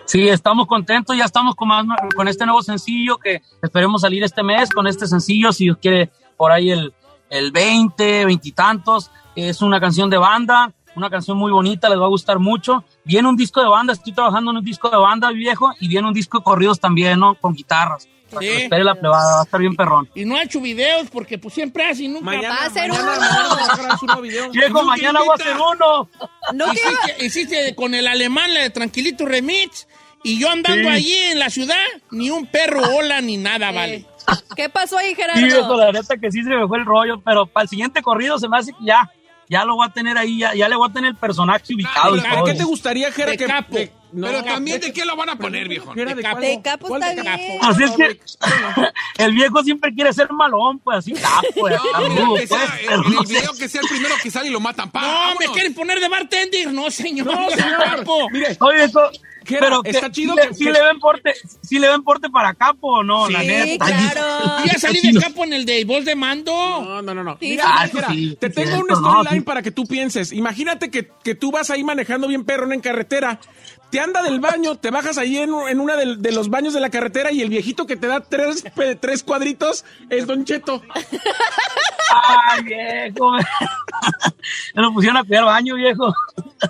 [SPEAKER 8] Sí, estamos contentos, ya estamos con, más, con este nuevo sencillo que esperemos salir este mes, con este sencillo, si Dios quiere, por ahí el, el 20, veintitantos. Es una canción de banda, una canción muy bonita, les va a gustar mucho. Viene un disco de banda, estoy trabajando en un disco de banda viejo y viene un disco de corridos también, ¿no? Con guitarras. Para que
[SPEAKER 1] Sí.
[SPEAKER 8] lo espere la plebada, va a estar bien perrón.
[SPEAKER 1] Y no ha hecho videos porque pues siempre hace y nunca...
[SPEAKER 3] Mañana,
[SPEAKER 2] Va a ser
[SPEAKER 3] mañana,
[SPEAKER 2] uno.
[SPEAKER 3] mañana vamos a grabar su nuevo video.
[SPEAKER 8] Viejo,
[SPEAKER 1] Nunca
[SPEAKER 8] mañana voy a hacer
[SPEAKER 1] invita.
[SPEAKER 8] uno.
[SPEAKER 9] No, que
[SPEAKER 1] Hiciste, hiciste con el alemán la de Tranquilito Remix y yo andando
[SPEAKER 8] Sí.
[SPEAKER 1] allí en la ciudad, ni un perro hola ni nada,
[SPEAKER 9] Eh.
[SPEAKER 1] vale.
[SPEAKER 9] Ah. ¿Qué pasó ahí,
[SPEAKER 8] Sí, viejo,
[SPEAKER 9] Gerardo?
[SPEAKER 8] la neta que sí se me fue el rollo, pero para el siguiente corrido se me hace que ya, ya lo voy a tener ahí, ya, ya le voy a tener el personaje <laughs> ubicado. y
[SPEAKER 3] ¿Para
[SPEAKER 8] todo.
[SPEAKER 3] Ah, qué te gustaría, Jera,
[SPEAKER 1] De
[SPEAKER 3] que,
[SPEAKER 1] capo.
[SPEAKER 3] que-
[SPEAKER 4] Pero también, ¿de qué lo van a poner, viejo?
[SPEAKER 3] era de
[SPEAKER 9] capo.
[SPEAKER 3] cuál?
[SPEAKER 9] De capo
[SPEAKER 3] ¿Cuál
[SPEAKER 9] está
[SPEAKER 3] de capo?
[SPEAKER 9] bien.
[SPEAKER 8] Así es que el viejo siempre quiere ser malón, pues así capo.
[SPEAKER 4] No, mira,
[SPEAKER 8] rudo,
[SPEAKER 4] que sea,
[SPEAKER 8] pues,
[SPEAKER 4] el, el
[SPEAKER 8] hermoso.
[SPEAKER 4] video que sea el primero que sale y lo matan. ¡Pa!
[SPEAKER 1] No, me
[SPEAKER 4] vámonos.
[SPEAKER 1] quieren poner de bartender. No, señor.
[SPEAKER 3] Ah, No, señor.
[SPEAKER 1] Capo.
[SPEAKER 3] Mire,
[SPEAKER 8] Oye, eso-
[SPEAKER 3] ¿Qué era?
[SPEAKER 8] pero
[SPEAKER 3] Está
[SPEAKER 8] que-
[SPEAKER 3] chido
[SPEAKER 8] si, le-
[SPEAKER 3] que-
[SPEAKER 8] si le ven porte, si le ven porte para capo o no, la
[SPEAKER 9] Sí,
[SPEAKER 8] neta.
[SPEAKER 9] claro.
[SPEAKER 1] Ya salí de capo en el de Bol de Mando.
[SPEAKER 3] No, no, no, no.
[SPEAKER 9] Sí,
[SPEAKER 3] Mira,
[SPEAKER 9] sí.
[SPEAKER 8] Ah, eso
[SPEAKER 3] Mira,
[SPEAKER 8] sí,
[SPEAKER 3] te
[SPEAKER 8] sí,
[SPEAKER 3] tengo un
[SPEAKER 8] cierto, no,
[SPEAKER 3] storyline
[SPEAKER 8] sí.
[SPEAKER 3] para que tú pienses. Imagínate que, que tú vas ahí manejando bien perrón en carretera. Te anda del baño, te bajas ahí en, en uno de, los baños de la carretera y el viejito que te da tres, pe- tres cuadritos es Don Cheto.
[SPEAKER 8] <laughs> Ay, viejo. <laughs> Me lo pusieron a cuidar baño, viejo.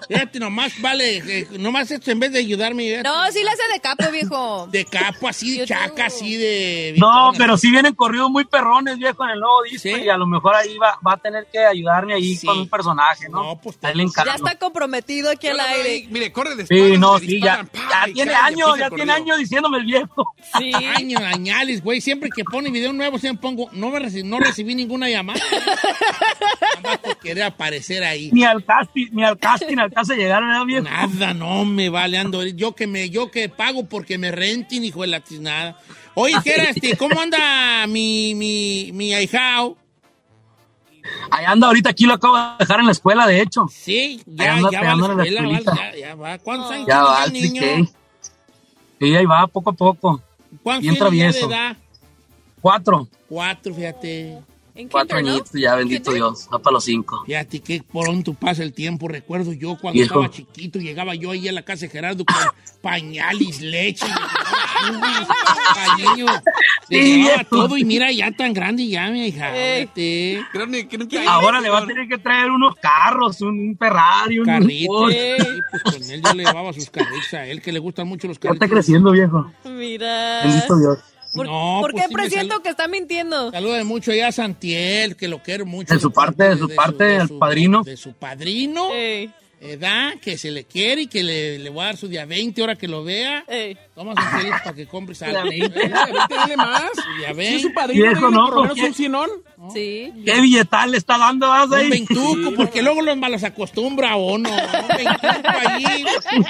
[SPEAKER 1] Fíjate, nomás vale. eh, nomás esto en vez de ayudarme. eh,
[SPEAKER 9] No, sí la hace de capo,
[SPEAKER 1] <laughs>
[SPEAKER 9] viejo.
[SPEAKER 1] De capo, así de
[SPEAKER 9] Yo
[SPEAKER 1] chaca,
[SPEAKER 9] tengo-
[SPEAKER 1] así de.
[SPEAKER 8] No, pero sí vienen corridos muy perrones, viejo, en el nuevo disco.
[SPEAKER 1] Sí.
[SPEAKER 8] Y a lo mejor ahí va, va a tener que ayudarme ahí
[SPEAKER 1] Sí.
[SPEAKER 8] con un personaje, ¿no?
[SPEAKER 1] No, pues,
[SPEAKER 8] Ahí
[SPEAKER 9] Ya
[SPEAKER 8] le encargo.
[SPEAKER 9] está comprometido aquí al
[SPEAKER 4] Ahora,
[SPEAKER 9] aire.
[SPEAKER 4] Mire, corre de
[SPEAKER 8] Sí,
[SPEAKER 4] espaldas,
[SPEAKER 8] no,
[SPEAKER 4] le
[SPEAKER 8] sí, ya,
[SPEAKER 4] disparan, pa,
[SPEAKER 8] ya
[SPEAKER 4] y
[SPEAKER 8] tiene
[SPEAKER 4] cae, y
[SPEAKER 8] años,
[SPEAKER 4] empieza
[SPEAKER 8] ya
[SPEAKER 4] el
[SPEAKER 8] tiene
[SPEAKER 4] corrido.
[SPEAKER 8] años diciéndome el viejo.
[SPEAKER 9] Sí.
[SPEAKER 1] Años, añales, güey. Siempre que pone video nuevo, siempre pongo. No, me reci- no recibí ninguna llamada. Nada más querer aparecer ahí.
[SPEAKER 8] <laughs> Ni al casting, ni al casting alcanza a llegar, ¿verdad, viejo?
[SPEAKER 1] Nada, no me vale, ando. Yo que me, yo que pago porque me renten, hijo de la tiznada. Oye, ¿qué era este? ¿Cómo anda mi, mi, mi ahijao?
[SPEAKER 8] Ahí anda ahorita, aquí lo acabo de dejar en la escuela, de hecho.
[SPEAKER 1] Sí,
[SPEAKER 8] Ahí
[SPEAKER 1] ya,
[SPEAKER 8] anda
[SPEAKER 1] ya va a la
[SPEAKER 8] pegando en la
[SPEAKER 1] escuela, va,
[SPEAKER 8] escuelita.
[SPEAKER 1] ya, ya va.
[SPEAKER 9] Oh.
[SPEAKER 1] ¿Cuántos años
[SPEAKER 8] Ya
[SPEAKER 1] tiene ya
[SPEAKER 8] va,
[SPEAKER 1] el
[SPEAKER 8] sí,
[SPEAKER 1] niño?
[SPEAKER 8] sí. Sí, ahí va, poco a poco.
[SPEAKER 1] ¿Cuántos
[SPEAKER 8] Bien
[SPEAKER 1] años ya de
[SPEAKER 8] travieso.
[SPEAKER 1] edad?
[SPEAKER 8] Cuatro,
[SPEAKER 1] Cuatro, fíjate.
[SPEAKER 9] En
[SPEAKER 8] cuatro
[SPEAKER 9] kinder, ¿no?
[SPEAKER 8] añitos ya, bendito
[SPEAKER 9] ¿Kinder?
[SPEAKER 8] Dios, va para los cinco.
[SPEAKER 1] Fíjate que pronto pasa el tiempo. Recuerdo yo cuando
[SPEAKER 8] Viejo.
[SPEAKER 1] estaba chiquito, llegaba yo ahí a la casa de Gerardo
[SPEAKER 8] <laughs>
[SPEAKER 1] con pañales, leche, pañillo. Le
[SPEAKER 8] Sí,
[SPEAKER 1] llevaba
[SPEAKER 8] viejo.
[SPEAKER 1] todo y mira, ya tan grande ya, mi hija.
[SPEAKER 9] Ey.
[SPEAKER 1] fíjate.
[SPEAKER 4] Creo ni- que nunca-
[SPEAKER 8] Ahora le va a tener que traer unos carros, un, un Ferrari, un
[SPEAKER 1] Carritos.
[SPEAKER 8] Ford.
[SPEAKER 1] Sí, pues con él yo le llevaba sus carritos a él, que le gustan mucho los
[SPEAKER 8] Ya está
[SPEAKER 1] carritos.
[SPEAKER 8] creciendo, viejo.
[SPEAKER 9] Mira.
[SPEAKER 8] Bendito Dios.
[SPEAKER 9] ¿Por,
[SPEAKER 1] No,
[SPEAKER 9] por
[SPEAKER 1] pues
[SPEAKER 9] qué
[SPEAKER 1] sí me
[SPEAKER 9] presiento
[SPEAKER 1] sale-
[SPEAKER 9] que está mintiendo?
[SPEAKER 1] Saluda mucho allá a Santiel, que lo quiero mucho.
[SPEAKER 8] De su parte, de su parte, al padrino.
[SPEAKER 1] De su padrino,
[SPEAKER 9] Ey,
[SPEAKER 1] edad, que se le quiere y que le, le voy a dar su día 20 ahora que lo vea.
[SPEAKER 9] ey.
[SPEAKER 1] Toma sus
[SPEAKER 8] <laughs>
[SPEAKER 1] feliz para que compres algo.
[SPEAKER 8] Día <laughs>
[SPEAKER 1] Eh,
[SPEAKER 3] Dale más.
[SPEAKER 1] Su día
[SPEAKER 3] Si es
[SPEAKER 1] 20.
[SPEAKER 3] su padrino,
[SPEAKER 8] Viejo,
[SPEAKER 3] dale
[SPEAKER 8] no,
[SPEAKER 3] por lo menos
[SPEAKER 8] porque-
[SPEAKER 3] un cienón.
[SPEAKER 9] Sí.
[SPEAKER 8] ¿Qué billetal le está dando vas
[SPEAKER 1] Un
[SPEAKER 8] ahí?
[SPEAKER 1] veintuco, porque luego los malos acostumbra o no. Un veintuco
[SPEAKER 8] <laughs>
[SPEAKER 1] allí.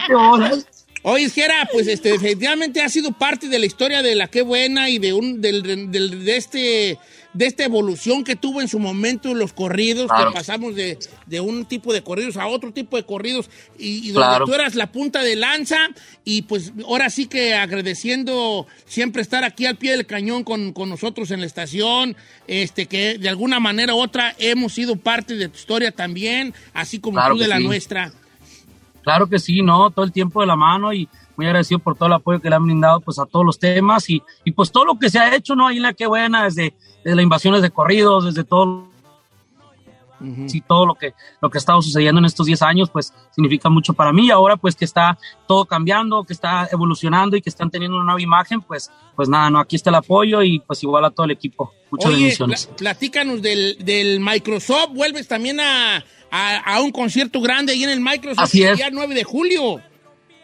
[SPEAKER 8] Qué bolas.
[SPEAKER 1] Oye, Jera, pues este, definitivamente ha sido parte de la historia de la qué buena y de un del, del- de este de esta evolución que tuvo en su momento los corridos,
[SPEAKER 8] Claro.
[SPEAKER 1] que pasamos de, de un tipo de corridos a otro tipo de corridos y, y donde
[SPEAKER 8] Claro.
[SPEAKER 1] tú eras la punta de lanza y pues ahora sí que agradeciendo siempre estar aquí al pie del cañón con, con nosotros en la estación, este que de alguna manera u otra hemos sido parte de tu historia también, así como
[SPEAKER 8] Claro
[SPEAKER 1] tú de
[SPEAKER 8] que
[SPEAKER 1] la
[SPEAKER 8] sí.
[SPEAKER 1] nuestra.
[SPEAKER 8] Claro que sí, ¿no? Todo el tiempo de la mano y muy agradecido por todo el apoyo que le han brindado pues a todos los temas y, y pues todo lo que se ha hecho, ¿no? Ahí en la que buena, desde, desde las invasiones de corridos, desde todo sí, todo lo que lo que ha estado sucediendo en estos 10 años, pues significa mucho para mí. Y ahora, pues que está todo cambiando, que está evolucionando y que están teniendo una nueva imagen, pues, pues nada, no, aquí está el apoyo y pues igual a todo el equipo. Muchas
[SPEAKER 1] Oye,
[SPEAKER 8] bendiciones.
[SPEAKER 1] pla- platícanos del, del Microsoft. Vuelves también a, a- a un concierto grande ahí en el Microsoft.
[SPEAKER 8] Así
[SPEAKER 1] el
[SPEAKER 8] es.
[SPEAKER 1] día 9 de julio.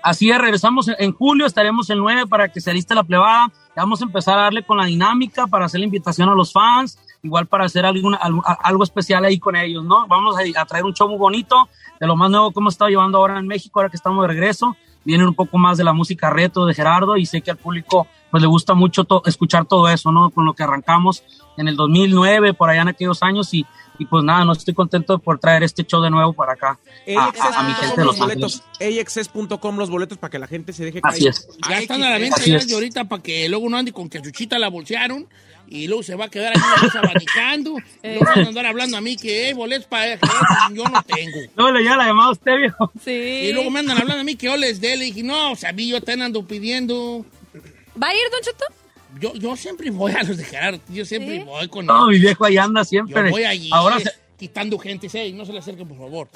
[SPEAKER 8] Así es, regresamos en- en julio, estaremos el 9 para que se aliste la plebada. Ya Vamos a empezar a darle con la dinámica para hacer la invitación a los fans, igual para hacer alguna, al- a- algo especial ahí con ellos, ¿no? Vamos a, a traer un show muy bonito, de lo más nuevo que hemos estado llevando ahora en México, ahora que estamos de regreso. Vienen un poco más de la música reto de Gerardo y sé que al público pues le gusta mucho to- escuchar todo eso, ¿no? Con lo que arrancamos en el 2009, por allá en aquellos años y, y pues nada, no estoy contento por traer este show de nuevo para acá a, a- a mi gente de
[SPEAKER 3] los
[SPEAKER 8] Los Ángeles.
[SPEAKER 3] boletos. AXS.com los boletos para que la gente se deje
[SPEAKER 8] Así
[SPEAKER 3] caer.
[SPEAKER 8] es. <laughs>
[SPEAKER 1] Ya
[SPEAKER 4] Ay,
[SPEAKER 1] están
[SPEAKER 4] qué
[SPEAKER 1] a la
[SPEAKER 4] fe-
[SPEAKER 1] venta
[SPEAKER 8] Así
[SPEAKER 1] ya
[SPEAKER 8] es.
[SPEAKER 1] de ahorita para que luego no ande con que a Chuchita la bolsearon y luego se va a quedar ahí una
[SPEAKER 4] <laughs>
[SPEAKER 1] vez abanicando. y luego van a andar hablando a mí que eh, boletos para yo no tengo.
[SPEAKER 8] No, le ya la llamada a usted, viejo.
[SPEAKER 9] Sí.
[SPEAKER 1] Y luego me andan hablando a mí que yo les dé. Le dije, no, sabí, yo te ando pidiendo.
[SPEAKER 9] ¿Va a ir, Don Cheto?
[SPEAKER 1] Yo, yo siempre voy a los de Gerardo. Yo siempre
[SPEAKER 9] ¿Sí?
[SPEAKER 1] voy con
[SPEAKER 8] No, mi viejo ahí anda
[SPEAKER 1] Yo
[SPEAKER 8] siempre.
[SPEAKER 1] voy allí
[SPEAKER 8] Ahora
[SPEAKER 1] eh,
[SPEAKER 8] se-
[SPEAKER 1] quitando gente, sí, no se le acerquen, por favor.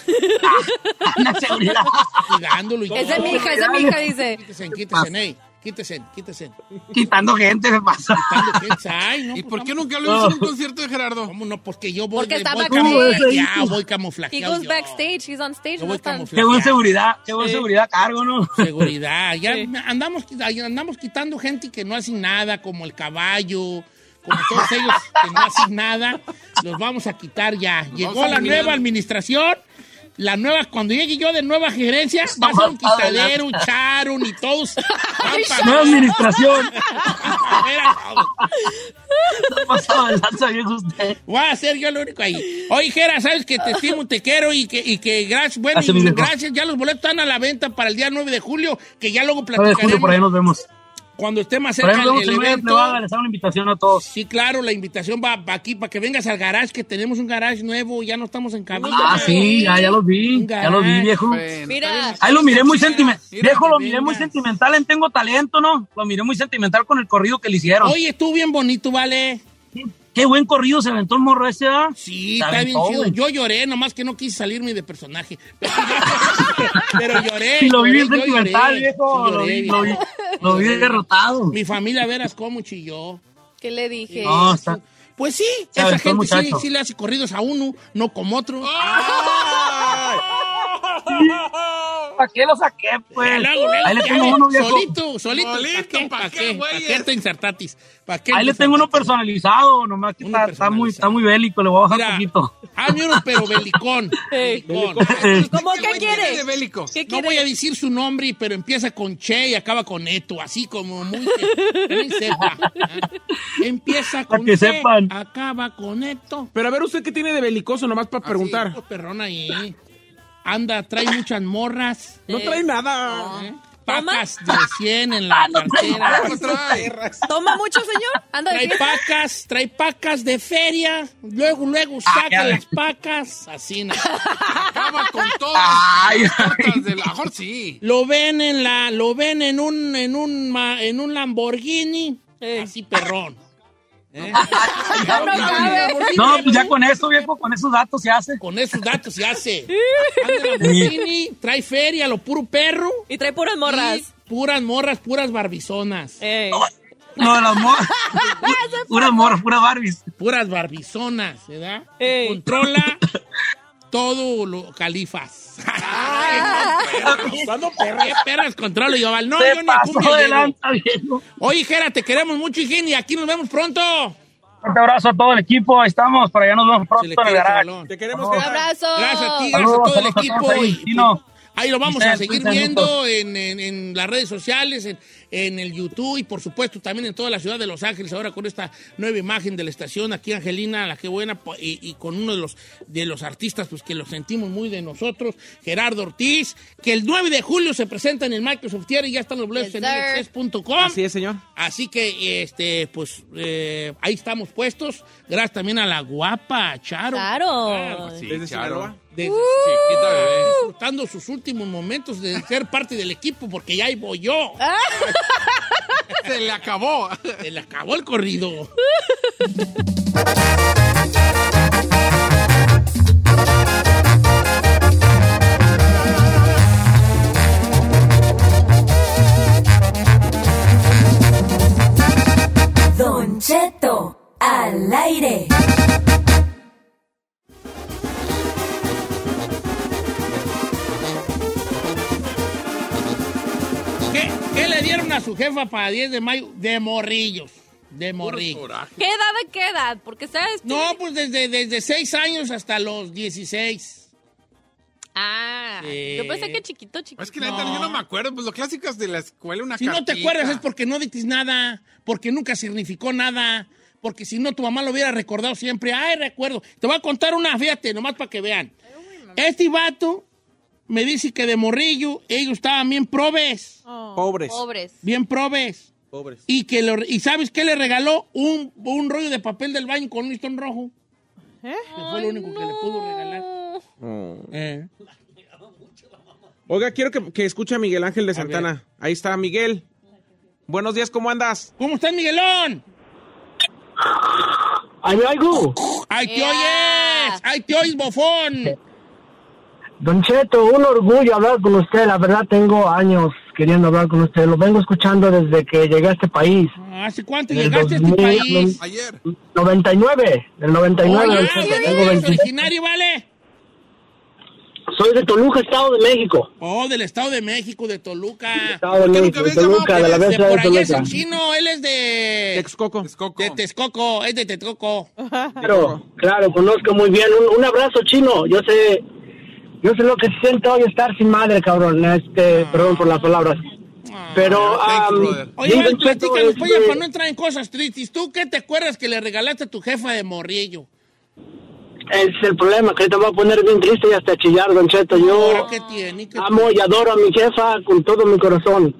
[SPEAKER 8] la <laughs> seguridad.
[SPEAKER 1] Cuidándolo y
[SPEAKER 9] Es de mi hija, es de mi hija, dice.
[SPEAKER 1] Quítese, quítese, ey. Quítese, quítese.
[SPEAKER 8] Quitando gente, se pasa.
[SPEAKER 1] Tanto que- Ay, no,
[SPEAKER 4] ¿Y
[SPEAKER 1] pues,
[SPEAKER 4] por qué
[SPEAKER 1] vamos-
[SPEAKER 4] nunca lo hizo en un concierto de Gerardo?
[SPEAKER 1] ¿Cómo no? Porque yo voy,
[SPEAKER 9] Porque
[SPEAKER 1] de-
[SPEAKER 9] está
[SPEAKER 1] voy
[SPEAKER 9] backstage.
[SPEAKER 1] camuflajeado, voy
[SPEAKER 9] He
[SPEAKER 1] camuflajeado.
[SPEAKER 9] goes
[SPEAKER 1] yo.
[SPEAKER 9] backstage, he's on stage.
[SPEAKER 1] Yo
[SPEAKER 9] no
[SPEAKER 1] voy
[SPEAKER 9] están-
[SPEAKER 8] Qué buena
[SPEAKER 1] camuflajeado.
[SPEAKER 8] seguridad, qué buena seguridad a cargo, ¿no?
[SPEAKER 1] Seguridad. Ya andamos, andamos quitando gente que no hacen nada, como el caballo, como todos ellos que no hacen nada. Los vamos a quitar ya. Llegó
[SPEAKER 4] vamos
[SPEAKER 1] la
[SPEAKER 4] eliminando.
[SPEAKER 1] nueva administración. La nueva, cuando llegue yo de nueva gerencia, va a ser un quitadero, un charun y <laughs> todos. Van pa-
[SPEAKER 8] Nueva
[SPEAKER 1] <laughs>
[SPEAKER 8] administración.
[SPEAKER 1] Voy a ser yo lo único ahí. Oye, Jera, sabes que te estimo, te quiero y que, y que gracias, bueno,
[SPEAKER 8] Gracias,
[SPEAKER 1] y
[SPEAKER 8] mi viejo.
[SPEAKER 1] gracias. Ya los boletos están a la venta para el día 9 de julio, que ya luego
[SPEAKER 8] 9 de julio, por ahí
[SPEAKER 1] platicaremos
[SPEAKER 8] nos vemos.
[SPEAKER 1] cuando esté más
[SPEAKER 8] Por
[SPEAKER 1] cerca
[SPEAKER 8] ahí nos vemos,
[SPEAKER 1] el, el
[SPEAKER 8] el lunes,
[SPEAKER 1] evento.
[SPEAKER 8] le van a lanzar una invitación a todos.
[SPEAKER 1] Sí, claro, la invitación va, va aquí para que vengas al garage, que tenemos un garage nuevo, ya no estamos en camino.
[SPEAKER 8] Ah, sí, ya, ya lo vi,
[SPEAKER 1] Un
[SPEAKER 8] ya lo vi,
[SPEAKER 1] garage,
[SPEAKER 8] viejo.
[SPEAKER 3] pues.
[SPEAKER 2] Mira,
[SPEAKER 8] Ahí lo miré muy sentimental.
[SPEAKER 1] mira,
[SPEAKER 8] Viejo, lo
[SPEAKER 1] que
[SPEAKER 8] miré muy
[SPEAKER 1] venga.
[SPEAKER 8] sentimental en Tengo Talento, ¿no? Lo miré muy sentimental con el corrido que le hicieron.
[SPEAKER 1] Oye, estuvo bien bonito, ¿vale?
[SPEAKER 8] Qué buen corrido se aventó el morro ese, ¿verdad?
[SPEAKER 1] Sí,
[SPEAKER 8] Se
[SPEAKER 1] está bien
[SPEAKER 8] aventó,
[SPEAKER 1] chido.
[SPEAKER 8] güey.
[SPEAKER 1] Yo lloré, nomás que no quise salirme de
[SPEAKER 8] <laughs>
[SPEAKER 1] personaje. Pero lloré.
[SPEAKER 8] Y lo vi
[SPEAKER 1] lloré,
[SPEAKER 8] bien
[SPEAKER 1] yo
[SPEAKER 8] sentimental,
[SPEAKER 1] lloré.
[SPEAKER 8] viejo.
[SPEAKER 1] Sí,
[SPEAKER 8] Lo
[SPEAKER 1] lloré,
[SPEAKER 8] vi,
[SPEAKER 1] viejo.
[SPEAKER 8] lo vi- lo
[SPEAKER 3] <laughs>
[SPEAKER 8] vi derrotado.
[SPEAKER 1] Mi familia, verás cómo chilló.
[SPEAKER 2] ¿qué le dije?
[SPEAKER 8] No, está-
[SPEAKER 1] Pues sí,
[SPEAKER 8] Se
[SPEAKER 1] esa
[SPEAKER 8] aventó el
[SPEAKER 1] gente sí,
[SPEAKER 8] muchacho.
[SPEAKER 1] sí le hace corridos a uno, no como otro.
[SPEAKER 8] ¿Para qué lo saqué, pues?
[SPEAKER 1] Luego, luego,
[SPEAKER 8] Ahí le
[SPEAKER 1] ya
[SPEAKER 8] tengo
[SPEAKER 1] ves,
[SPEAKER 8] uno, viejo.
[SPEAKER 1] Solito, solito.
[SPEAKER 4] Solito,
[SPEAKER 1] ¿Para qué?
[SPEAKER 4] ¿pa'
[SPEAKER 1] ¿Para
[SPEAKER 4] qué,
[SPEAKER 1] qué? ¿Para
[SPEAKER 4] güeyes?
[SPEAKER 1] qué te insertatis? ¿Para qué
[SPEAKER 8] Ahí le
[SPEAKER 1] te
[SPEAKER 8] tengo uno
[SPEAKER 1] insertatis?
[SPEAKER 8] personalizado, nomás que
[SPEAKER 1] Uno
[SPEAKER 8] está, está muy,
[SPEAKER 1] personalizado.
[SPEAKER 8] está muy bélico, le voy a bajar
[SPEAKER 1] Mira,
[SPEAKER 8] un poquito.
[SPEAKER 1] Hazme uno, pero
[SPEAKER 8] <laughs>
[SPEAKER 1] belicón. belicón. pues,
[SPEAKER 9] ¿Cómo
[SPEAKER 4] ¿Qué
[SPEAKER 9] qué
[SPEAKER 4] güey tiene de
[SPEAKER 9] quiere?
[SPEAKER 4] bélico?
[SPEAKER 9] ¿Qué
[SPEAKER 1] No
[SPEAKER 9] quiere?
[SPEAKER 1] voy a decir su nombre, pero empieza con Che y acaba con Eto, así como muy que, que ni sepa. ¿ah? Empieza
[SPEAKER 8] Para
[SPEAKER 1] con
[SPEAKER 8] que
[SPEAKER 1] Che,
[SPEAKER 8] sepan.
[SPEAKER 1] acaba con Eto.
[SPEAKER 3] Pero a ver, ¿usted qué tiene de belicoso nomás para preguntar?
[SPEAKER 1] Así, pues, perrón ahí. Anda, trae muchas morras.
[SPEAKER 3] No trae nada.
[SPEAKER 1] ¿eh? Pacas de 100 en
[SPEAKER 8] Ah,
[SPEAKER 1] la cartera.
[SPEAKER 4] ¿Cómo trae?
[SPEAKER 9] ¿Toma mucho, señor? ¿Anda de
[SPEAKER 1] Trae
[SPEAKER 9] fiesta?
[SPEAKER 1] pacas, trae pacas de feria. Luego, luego saca
[SPEAKER 8] ya ves.
[SPEAKER 1] las pacas. Así, na-
[SPEAKER 4] Acaba con todo.
[SPEAKER 8] Ay,
[SPEAKER 4] Las tortas de la- Mejor sí.
[SPEAKER 1] Lo ven en la, lo ven en un, en un, ma- en un Lamborghini. Así perrón. ¿Eh?
[SPEAKER 9] No, no cabe.
[SPEAKER 8] No, pues ya con eso, viejo, con esos datos se hace.
[SPEAKER 1] Con esos datos se hace. Anda en Lamborghini, trae feria, lo puro perro.
[SPEAKER 9] Y trae puras morras.
[SPEAKER 1] y puras morras, puras barbizonas.
[SPEAKER 9] Ey.
[SPEAKER 8] No, las morras. Puras morras, puras Barbies.
[SPEAKER 1] Puras barbizonas, ¿verdad?
[SPEAKER 9] Ey.
[SPEAKER 1] Controla todo lo
[SPEAKER 8] <laughs>
[SPEAKER 1] califas. ¿Cuándo perras? ¿Qué perras controlo yo, Val? No, yo
[SPEAKER 8] Se
[SPEAKER 1] ni a
[SPEAKER 8] pasó
[SPEAKER 1] cumbia
[SPEAKER 8] de
[SPEAKER 1] llego.
[SPEAKER 8] lanza, viejo.
[SPEAKER 1] Oye, Jera, te queremos mucho, Hijín, y aquí nos vemos pronto.
[SPEAKER 8] Fuerte abrazo a todo el equipo, ahí estamos, para allá nos vemos
[SPEAKER 1] Se
[SPEAKER 8] pronto en el
[SPEAKER 1] le cae ese
[SPEAKER 8] garage.
[SPEAKER 1] balón.
[SPEAKER 3] Te queremos
[SPEAKER 8] Por
[SPEAKER 3] que
[SPEAKER 8] favor.
[SPEAKER 2] Un abrazo.
[SPEAKER 1] Gracias a ti, gracias
[SPEAKER 8] Saludos,
[SPEAKER 1] a todo el
[SPEAKER 8] saludos a todos
[SPEAKER 1] equipo.
[SPEAKER 8] ahí,
[SPEAKER 1] y,
[SPEAKER 8] Chino.
[SPEAKER 1] pues, ahí lo vamos a
[SPEAKER 8] Giselle,
[SPEAKER 1] seguir
[SPEAKER 8] cuídense
[SPEAKER 1] viendo en, en- en las redes sociales, en, en el YouTube y por supuesto también en toda la ciudad de Los Ángeles, ahora con esta nueva imagen de la estación, aquí Angelina, la que buena, po- y, y con uno de los, de los artistas pues que lo sentimos muy de nosotros, Gerardo Ortiz, que el 9 de julio se presenta en el Microsoft Theater y ya están los blogs en
[SPEAKER 2] Yes, sir.
[SPEAKER 1] LXS.com.
[SPEAKER 3] Así es, señor.
[SPEAKER 1] Así que, este, pues, eh, ahí estamos puestos. Gracias también a la guapa Charo.
[SPEAKER 9] Claro.
[SPEAKER 4] Sí,
[SPEAKER 3] Desde
[SPEAKER 4] claro. pues.
[SPEAKER 3] Sinaloa.
[SPEAKER 1] Desde-
[SPEAKER 2] Uh.
[SPEAKER 4] Chiquita bebé.
[SPEAKER 1] disfrutando sus últimos momentos de ser parte del equipo, porque ya ahí voy yo.
[SPEAKER 4] Se le acabó.
[SPEAKER 1] Se le acabó el corrido.
[SPEAKER 6] Don Cheto al aire.
[SPEAKER 1] ¿Qué, qué le dieron a su jefa para 10 de mayo? De morrillos. De morrillos.
[SPEAKER 9] ¿Qué edad de qué edad? Porque sabes.
[SPEAKER 1] No, pues desde, desde 6 años hasta los 16.
[SPEAKER 2] Ah,
[SPEAKER 1] Sí.
[SPEAKER 2] yo pensé que chiquito, chiquito.
[SPEAKER 4] Es que la neta, yo no me acuerdo. Pues lo clásico es de la escuela, una
[SPEAKER 1] Si no te
[SPEAKER 4] cartita.
[SPEAKER 1] acuerdas es porque no dices nada, porque nunca significó nada, porque si no tu mamá lo hubiera recordado siempre. Ay, recuerdo. Te voy a contar una, fíjate, nomás para que vean. Este vato me dice que de morrillo ellos estaban bien probes,
[SPEAKER 3] Pobres.
[SPEAKER 2] Pobres.
[SPEAKER 1] bien probes.
[SPEAKER 3] Pobres.
[SPEAKER 1] Y, que lo- y ¿sabes qué le regaló? Un, un rollo de papel del baño con un listón rojo.
[SPEAKER 5] ¿Eh?
[SPEAKER 1] Que fue lo único que le pudo regalar. Eh.
[SPEAKER 3] Oiga, quiero que, que escuche a Miguel Ángel de Santana. Ahí está, Miguel. Buenos días, ¿cómo andas?
[SPEAKER 1] ¿Cómo estás, Miguelón?
[SPEAKER 10] ¿Hay algo?
[SPEAKER 1] ¡Ay, te
[SPEAKER 2] Ea.
[SPEAKER 1] oyes! ¡Ay, te oyes,
[SPEAKER 10] Eh,
[SPEAKER 1] bofón!
[SPEAKER 10] Don Cheto, un orgullo hablar con usted. La verdad, tengo años queriendo hablar con usted. Lo vengo escuchando desde que llegué a este país.
[SPEAKER 1] ¿Hace cuánto
[SPEAKER 10] Del
[SPEAKER 1] llegaste a este
[SPEAKER 10] 2000,
[SPEAKER 1] país?
[SPEAKER 4] Ayer.
[SPEAKER 10] 99, del 99.
[SPEAKER 1] Hola,
[SPEAKER 10] don Cheto,
[SPEAKER 1] ¿de
[SPEAKER 10] tengo
[SPEAKER 1] dónde eres
[SPEAKER 10] 23.
[SPEAKER 1] originario, vale?
[SPEAKER 10] Soy de Toluca, Estado de México.
[SPEAKER 1] Oh, del Estado de México, de Toluca.
[SPEAKER 10] Estado de
[SPEAKER 4] nunca
[SPEAKER 10] México,
[SPEAKER 4] habías
[SPEAKER 10] de Toluca,
[SPEAKER 4] llamado
[SPEAKER 10] de la
[SPEAKER 1] De
[SPEAKER 10] vez de
[SPEAKER 1] por ahí es
[SPEAKER 10] Toluca.
[SPEAKER 1] el chino, él es de...
[SPEAKER 3] Texcoco.
[SPEAKER 4] Texcoco.
[SPEAKER 1] De Texcoco, es de Texcoco.
[SPEAKER 10] Claro, claro, conozco muy bien. Un, un abrazo chino. Yo sé, Yo sé lo que siento hoy estar sin madre, cabrón. Este, perdón por las palabras. Pero, ah,
[SPEAKER 1] Oye,
[SPEAKER 10] Don
[SPEAKER 1] Iván,
[SPEAKER 10] Cheto,
[SPEAKER 1] platícanos, pues,
[SPEAKER 10] este,
[SPEAKER 1] ya, para no entrar en cosas tristes. ¿Tú qué te acuerdas que le regalaste a tu jefa de morrillo?
[SPEAKER 10] Ese es el problema, que ahorita me voy a poner bien triste y hasta chillar, Don Cheto. Yo
[SPEAKER 1] Ahora, ¿Qué tiene? ¿Qué-
[SPEAKER 10] amo y adoro a mi jefa con todo mi corazón.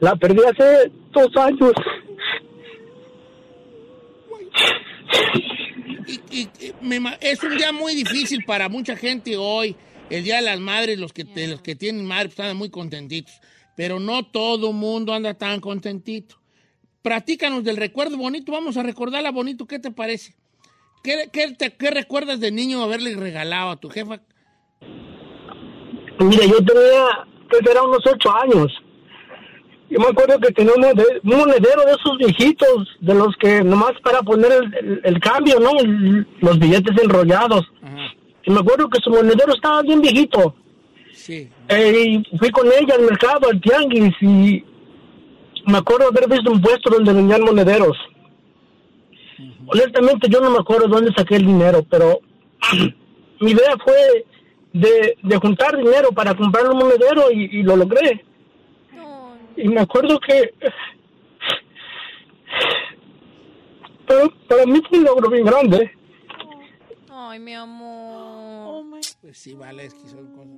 [SPEAKER 10] La perdí hace dos años.
[SPEAKER 1] Me ima- es un día muy difícil para mucha gente hoy. El Día de las Madres, los que, te- los que tienen madre pues, andan muy contentitos. Pero no todo mundo anda tan contentito. Platícanos del recuerdo bonito. Vamos a recordarla bonito. ¿Qué te parece? ¿Qué, qué te- qué recuerdas de niño haberle regalado a tu jefa?
[SPEAKER 10] Mira, yo tenía, que será unos ocho años. Yo me acuerdo que tenía un monede- un monedero de esos viejitos, de los que nomás para poner el, el- el cambio, ¿no? El- los billetes enrollados. Y me acuerdo que su monedero estaba bien viejito.
[SPEAKER 1] Sí.
[SPEAKER 10] Eh, y fui con ella al mercado, al tianguis, y me acuerdo haber visto un puesto donde vendían monederos. Honestamente, yo no me acuerdo dónde saqué el dinero, pero <clears throat> mi idea fue de, de juntar dinero para comprar un monedero y, y lo logré. Y me acuerdo que... Pero para mí fue un logro bien grande.
[SPEAKER 9] Ay, mi amor.
[SPEAKER 1] Pues sí, vale, es que son cosas.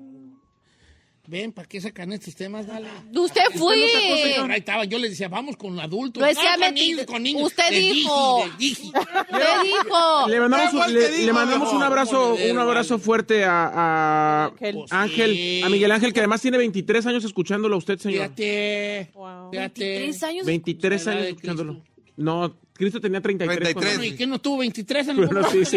[SPEAKER 1] Ven, ¿para qué sacan estos temas, vale?
[SPEAKER 2] Usted
[SPEAKER 1] Es que
[SPEAKER 2] fue.
[SPEAKER 1] no sacó ese libro, Ahí estaba, yo les decía, vamos con adultos.
[SPEAKER 2] No, es que
[SPEAKER 1] Ah,
[SPEAKER 2] me-
[SPEAKER 1] con niños, con niños.
[SPEAKER 2] usted
[SPEAKER 1] Les dije,
[SPEAKER 2] dijo.
[SPEAKER 1] les dije.
[SPEAKER 2] ¿Qué dijo?
[SPEAKER 3] Le mandamos, un, le- le mandamos un abrazo,
[SPEAKER 1] Monedero,
[SPEAKER 3] un abrazo fuerte a, a Ángel, a Miguel Ángel, que además tiene 23 años escuchándolo a usted, señor.
[SPEAKER 1] Fíjate. Fíjate.
[SPEAKER 9] 23 años.
[SPEAKER 3] 23 años escuchándolo. No, Cristo tenía 33.
[SPEAKER 1] Bueno, ¿Y
[SPEAKER 3] cuando-
[SPEAKER 1] qué no tuvo 23 en
[SPEAKER 3] Bueno, sí,
[SPEAKER 1] <laughs>
[SPEAKER 3] sí.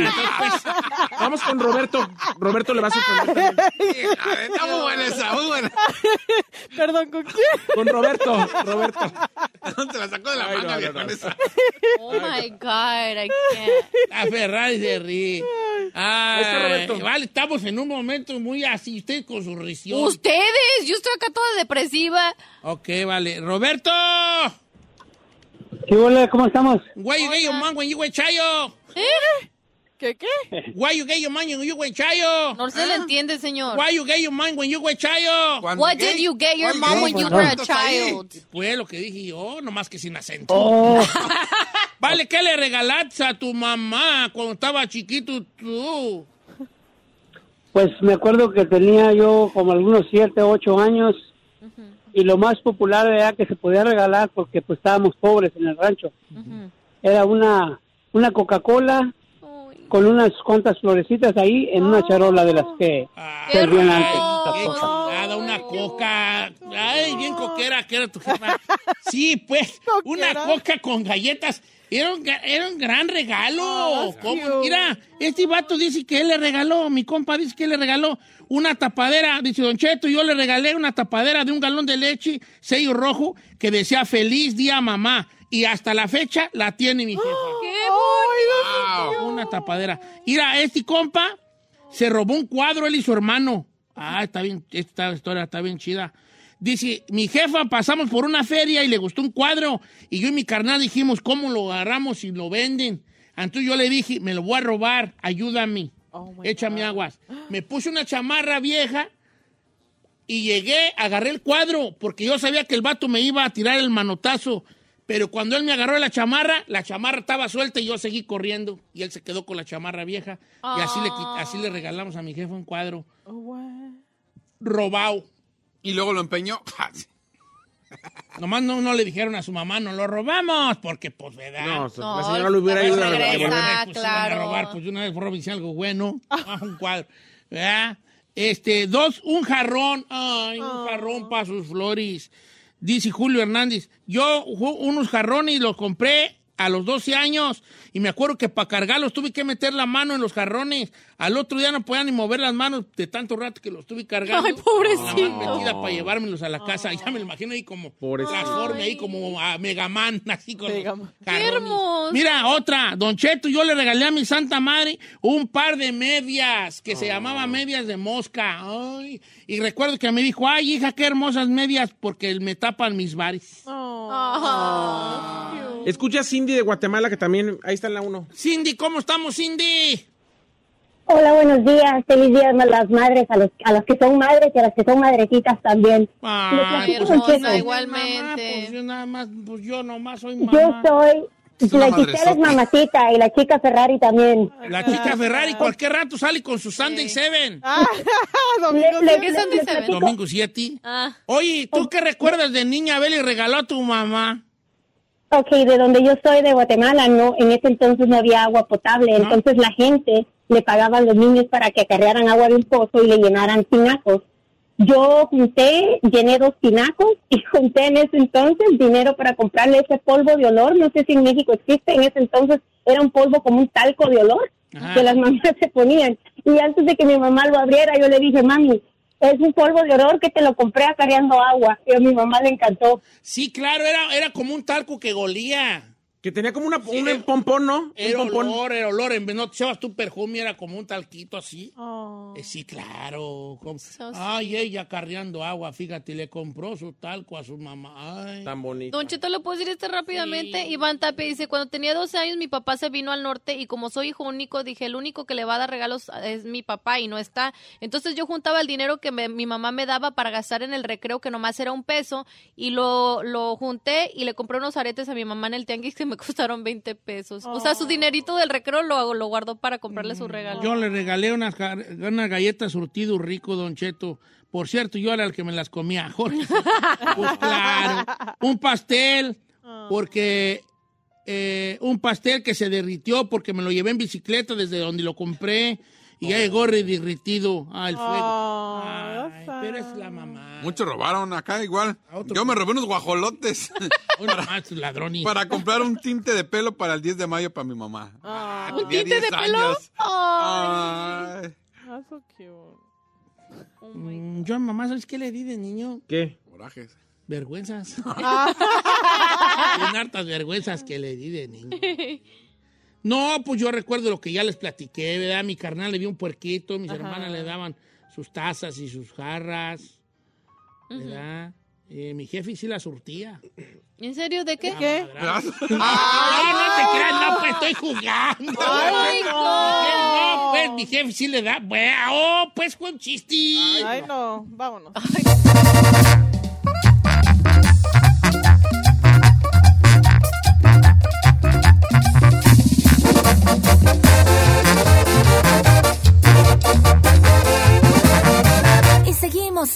[SPEAKER 3] Vamos con Roberto. Roberto le va a sorprender.
[SPEAKER 4] Está muy buena esa, muy
[SPEAKER 9] <laughs>
[SPEAKER 4] buena.
[SPEAKER 5] Perdón, ¿con quién?
[SPEAKER 3] Con Roberto, Roberto.
[SPEAKER 4] Te la sacó de la manga, viejón, esa.
[SPEAKER 2] Oh my God, I can't.
[SPEAKER 1] La Ferrari se ríe. Ay,
[SPEAKER 2] está Roberto.
[SPEAKER 1] vale, estamos en un momento muy así, usted con su risión.
[SPEAKER 2] Ustedes, yo estoy acá toda depresiva.
[SPEAKER 1] Ok, vale. Roberto,
[SPEAKER 11] ¿Qué hola? ¿Cómo estamos?
[SPEAKER 1] why you get your man when you were child?
[SPEAKER 9] ¿Qué qué? Ah.
[SPEAKER 1] Why you get your man when you were child?
[SPEAKER 2] No se le entiende, señor.
[SPEAKER 1] Why you get your man when you were child?
[SPEAKER 2] What did you get your mom when you were a child?
[SPEAKER 1] Fue lo que dije yo, nomás que sin acento.
[SPEAKER 11] Oh.
[SPEAKER 1] <laughs> vale, ¿qué le regalaste a tu mamá cuando estaba chiquito tú?
[SPEAKER 11] Pues me acuerdo que tenía yo como algunos 7, 8 años y lo más popular era que se podía regalar porque pues estábamos pobres en el rancho. Era una una Coca-Cola con unas cuantas florecitas ahí en una charola de las que servían antes.
[SPEAKER 1] Ah. Qué chulada, una coca. Ay, bien coquera que era tu jefa. Sí, pues, una coca con galletas. Era un, ga- era un gran regalo. ¿Cómo? Mira, este vato dice que él le regaló, mi compa dice que él le regaló una tapadera. Dice, Don Cheto, yo le regalé una tapadera de un galón de leche, sello rojo, que decía feliz día mamá. Y hasta la fecha la tiene mi jefa. <laughs> Wow, Una tapadera. Mira, este compa se robó un cuadro él y su hermano. Ah, está bien, esta historia está bien chida. Dice, mi jefa pasamos por una feria y le gustó un cuadro y yo y mi carnal dijimos, ¿cómo lo agarramos y lo venden? Entonces yo le dije, me lo voy a robar, ayúdame, échame aguas. Me puse una chamarra vieja y llegué, agarré el cuadro porque yo sabía que el vato me iba a tirar el manotazo. Pero cuando él me agarró de la chamarra, la chamarra estaba suelta y yo seguí corriendo. Y él se quedó con la chamarra vieja. Y así le, qui- así le regalamos a mi jefe un cuadro robado.
[SPEAKER 4] Y luego lo empeñó. <laughs> Ah,
[SPEAKER 1] Nomás no, no le dijeron a su mamá, no lo robamos, porque pues, ¿verdad?
[SPEAKER 3] No, la No, señora lo hubiera
[SPEAKER 1] pues,
[SPEAKER 3] ido a
[SPEAKER 1] regresa,
[SPEAKER 3] regalar.
[SPEAKER 1] pues, iban a robar, pues de una vez robense algo bueno, ah, <laughs> un cuadro, ¿verdad? Este, dos, un jarrón, ay, un jarrón para sus flores. Dice Julio Hernández, yo ju- unos jarrones los compré a los 12 años y me acuerdo que para cargarlos tuve que meter la mano en los jarrones. Al otro día no podía ni mover las manos de tanto rato que los tuve cargando.
[SPEAKER 9] Ay, pobrecito.
[SPEAKER 1] La mano metida para llevármelos a la casa. Ya me lo imagino ahí como
[SPEAKER 3] Pobrecito.
[SPEAKER 1] transforme ahí como a Megaman, <laughs> así con los
[SPEAKER 9] Qué
[SPEAKER 1] jarrones.
[SPEAKER 9] hermoso.
[SPEAKER 1] Mira, otra. Don Cheto, yo le regalé a mi santa madre un par de medias que se llamaba medias de mosca. Ay, Y recuerdo que me dijo, ay, hija, qué hermosas medias porque me tapan mis bares.
[SPEAKER 3] Escucha a Cindy de Guatemala, que también ahí está en la 1.
[SPEAKER 1] Cindy, ¿cómo estamos, Cindy?
[SPEAKER 12] Hola, buenos días. Feliz día a las madres, a, los, a las que son madres y a las que son madrecitas también.
[SPEAKER 1] Ay,
[SPEAKER 12] Los que son
[SPEAKER 1] hermosa, <laughs>
[SPEAKER 12] chicos.
[SPEAKER 1] igualmente. pues yo nada más, pues yo nomás soy mamá.
[SPEAKER 12] Yo soy...
[SPEAKER 1] Es una
[SPEAKER 12] La Gisela es
[SPEAKER 1] madresota.
[SPEAKER 12] mamacita y la chica Ferrari también.
[SPEAKER 1] La chica Ferrari cualquier rato sale con su Sunday Seven.
[SPEAKER 12] Ah, Domingo Le- le- ¿Qué Sunday le- le Seven? platico-
[SPEAKER 1] Domingo 7.
[SPEAKER 2] Ah.
[SPEAKER 1] Oye, ¿tú qué recuerdas de niña Abel y regaló a tu mamá?
[SPEAKER 12] Ok, de donde yo soy, de Guatemala, no, en ese entonces no había agua potable, entonces la gente le pagaba a los niños para que acarrearan agua de un pozo y le llenaran tinacos. Yo junté, llené dos tinacos y junté en ese entonces dinero para comprarle ese polvo de olor, no sé si en México existe, en ese entonces era un polvo como un talco de olor que las mamás <laughs> se ponían. Y antes de que mi mamá lo abriera, yo le dije, mami, es un polvo de olor que te lo compré acarreando agua. Y a mi mamá le encantó.
[SPEAKER 1] Sí, claro, era, era como un talco que golía.
[SPEAKER 3] Que tenía como una, un pompón, ¿no?
[SPEAKER 1] Era
[SPEAKER 3] Un pompón.
[SPEAKER 1] olor, era olor. En vez no te echabas tu perfume, era como un talquito así.
[SPEAKER 8] Oh.
[SPEAKER 5] Oh.
[SPEAKER 1] Eh, sí, claro. como- Ay, ella carreando agua, fíjate, le compró su talco a su mamá. Ay.
[SPEAKER 3] Tan bonito.
[SPEAKER 2] Don Cheto, ¿le puedo decir este rápidamente? Iván Tapia dice, cuando tenía 12 años mi papá se vino al norte y como soy hijo único, dije, el único que le va a dar regalos ah, es mi papá y no está. Entonces yo juntaba el dinero que me- mi mamá me daba para gastar en el recreo, que nomás era un peso, y lo, lo junté y le compré unos aretes a mi mamá en el tianguis que me <laughs> costaron 20 pesos. O sea, su dinerito del recreo lo, lo guardó para comprarle su regalo.
[SPEAKER 1] Yo le regalé unas, ga- unas galletas surtido rico, Don Cheto. Por cierto, yo era el que me las comía, <laughs> Jorge. Pues claro. Un pastel, porque. eh, un pastel que se derritió porque me lo llevé en bicicleta desde donde lo compré y
[SPEAKER 3] Oh.
[SPEAKER 1] ya llegó derritido al fuego. Ay, pero es la mamá.
[SPEAKER 4] Muchos robaron acá igual. Yo me robé unos
[SPEAKER 9] <laughs>
[SPEAKER 4] guajolotes.
[SPEAKER 1] más ladrones.
[SPEAKER 4] Para comprar un tinte de pelo para el 10 de mayo para mi mamá.
[SPEAKER 9] Ah.
[SPEAKER 4] Ah,
[SPEAKER 9] ¿Un
[SPEAKER 4] tenía
[SPEAKER 9] tinte de
[SPEAKER 4] 10
[SPEAKER 9] pelo?
[SPEAKER 4] años.
[SPEAKER 9] Ay.
[SPEAKER 4] Ay.
[SPEAKER 5] Ah, so cute.
[SPEAKER 1] Mm, Yo a mamá, ¿sabes qué le di de niño?
[SPEAKER 3] ¿Qué?
[SPEAKER 4] Corajes.
[SPEAKER 1] Vergüenzas. <laughs> Bien hartas vergüenzas que le di de niño. No, pues yo recuerdo lo que ya les platiqué, ¿verdad? Mi carnal le dio un puerquito, mis
[SPEAKER 3] Ajá.
[SPEAKER 1] hermanas le daban sus tazas y sus jarras, ¿verdad? Eh, mi jefe sí la surtía.
[SPEAKER 2] ¿En serio? ¿De qué?
[SPEAKER 1] Ah, no, no te creas, no, pues estoy jugando. Pues,
[SPEAKER 9] Ay,
[SPEAKER 1] no. pues mi jefe sí le da. bueno, oh, pues con chiste.
[SPEAKER 5] Ay, no, vámonos.
[SPEAKER 6] Y seguimos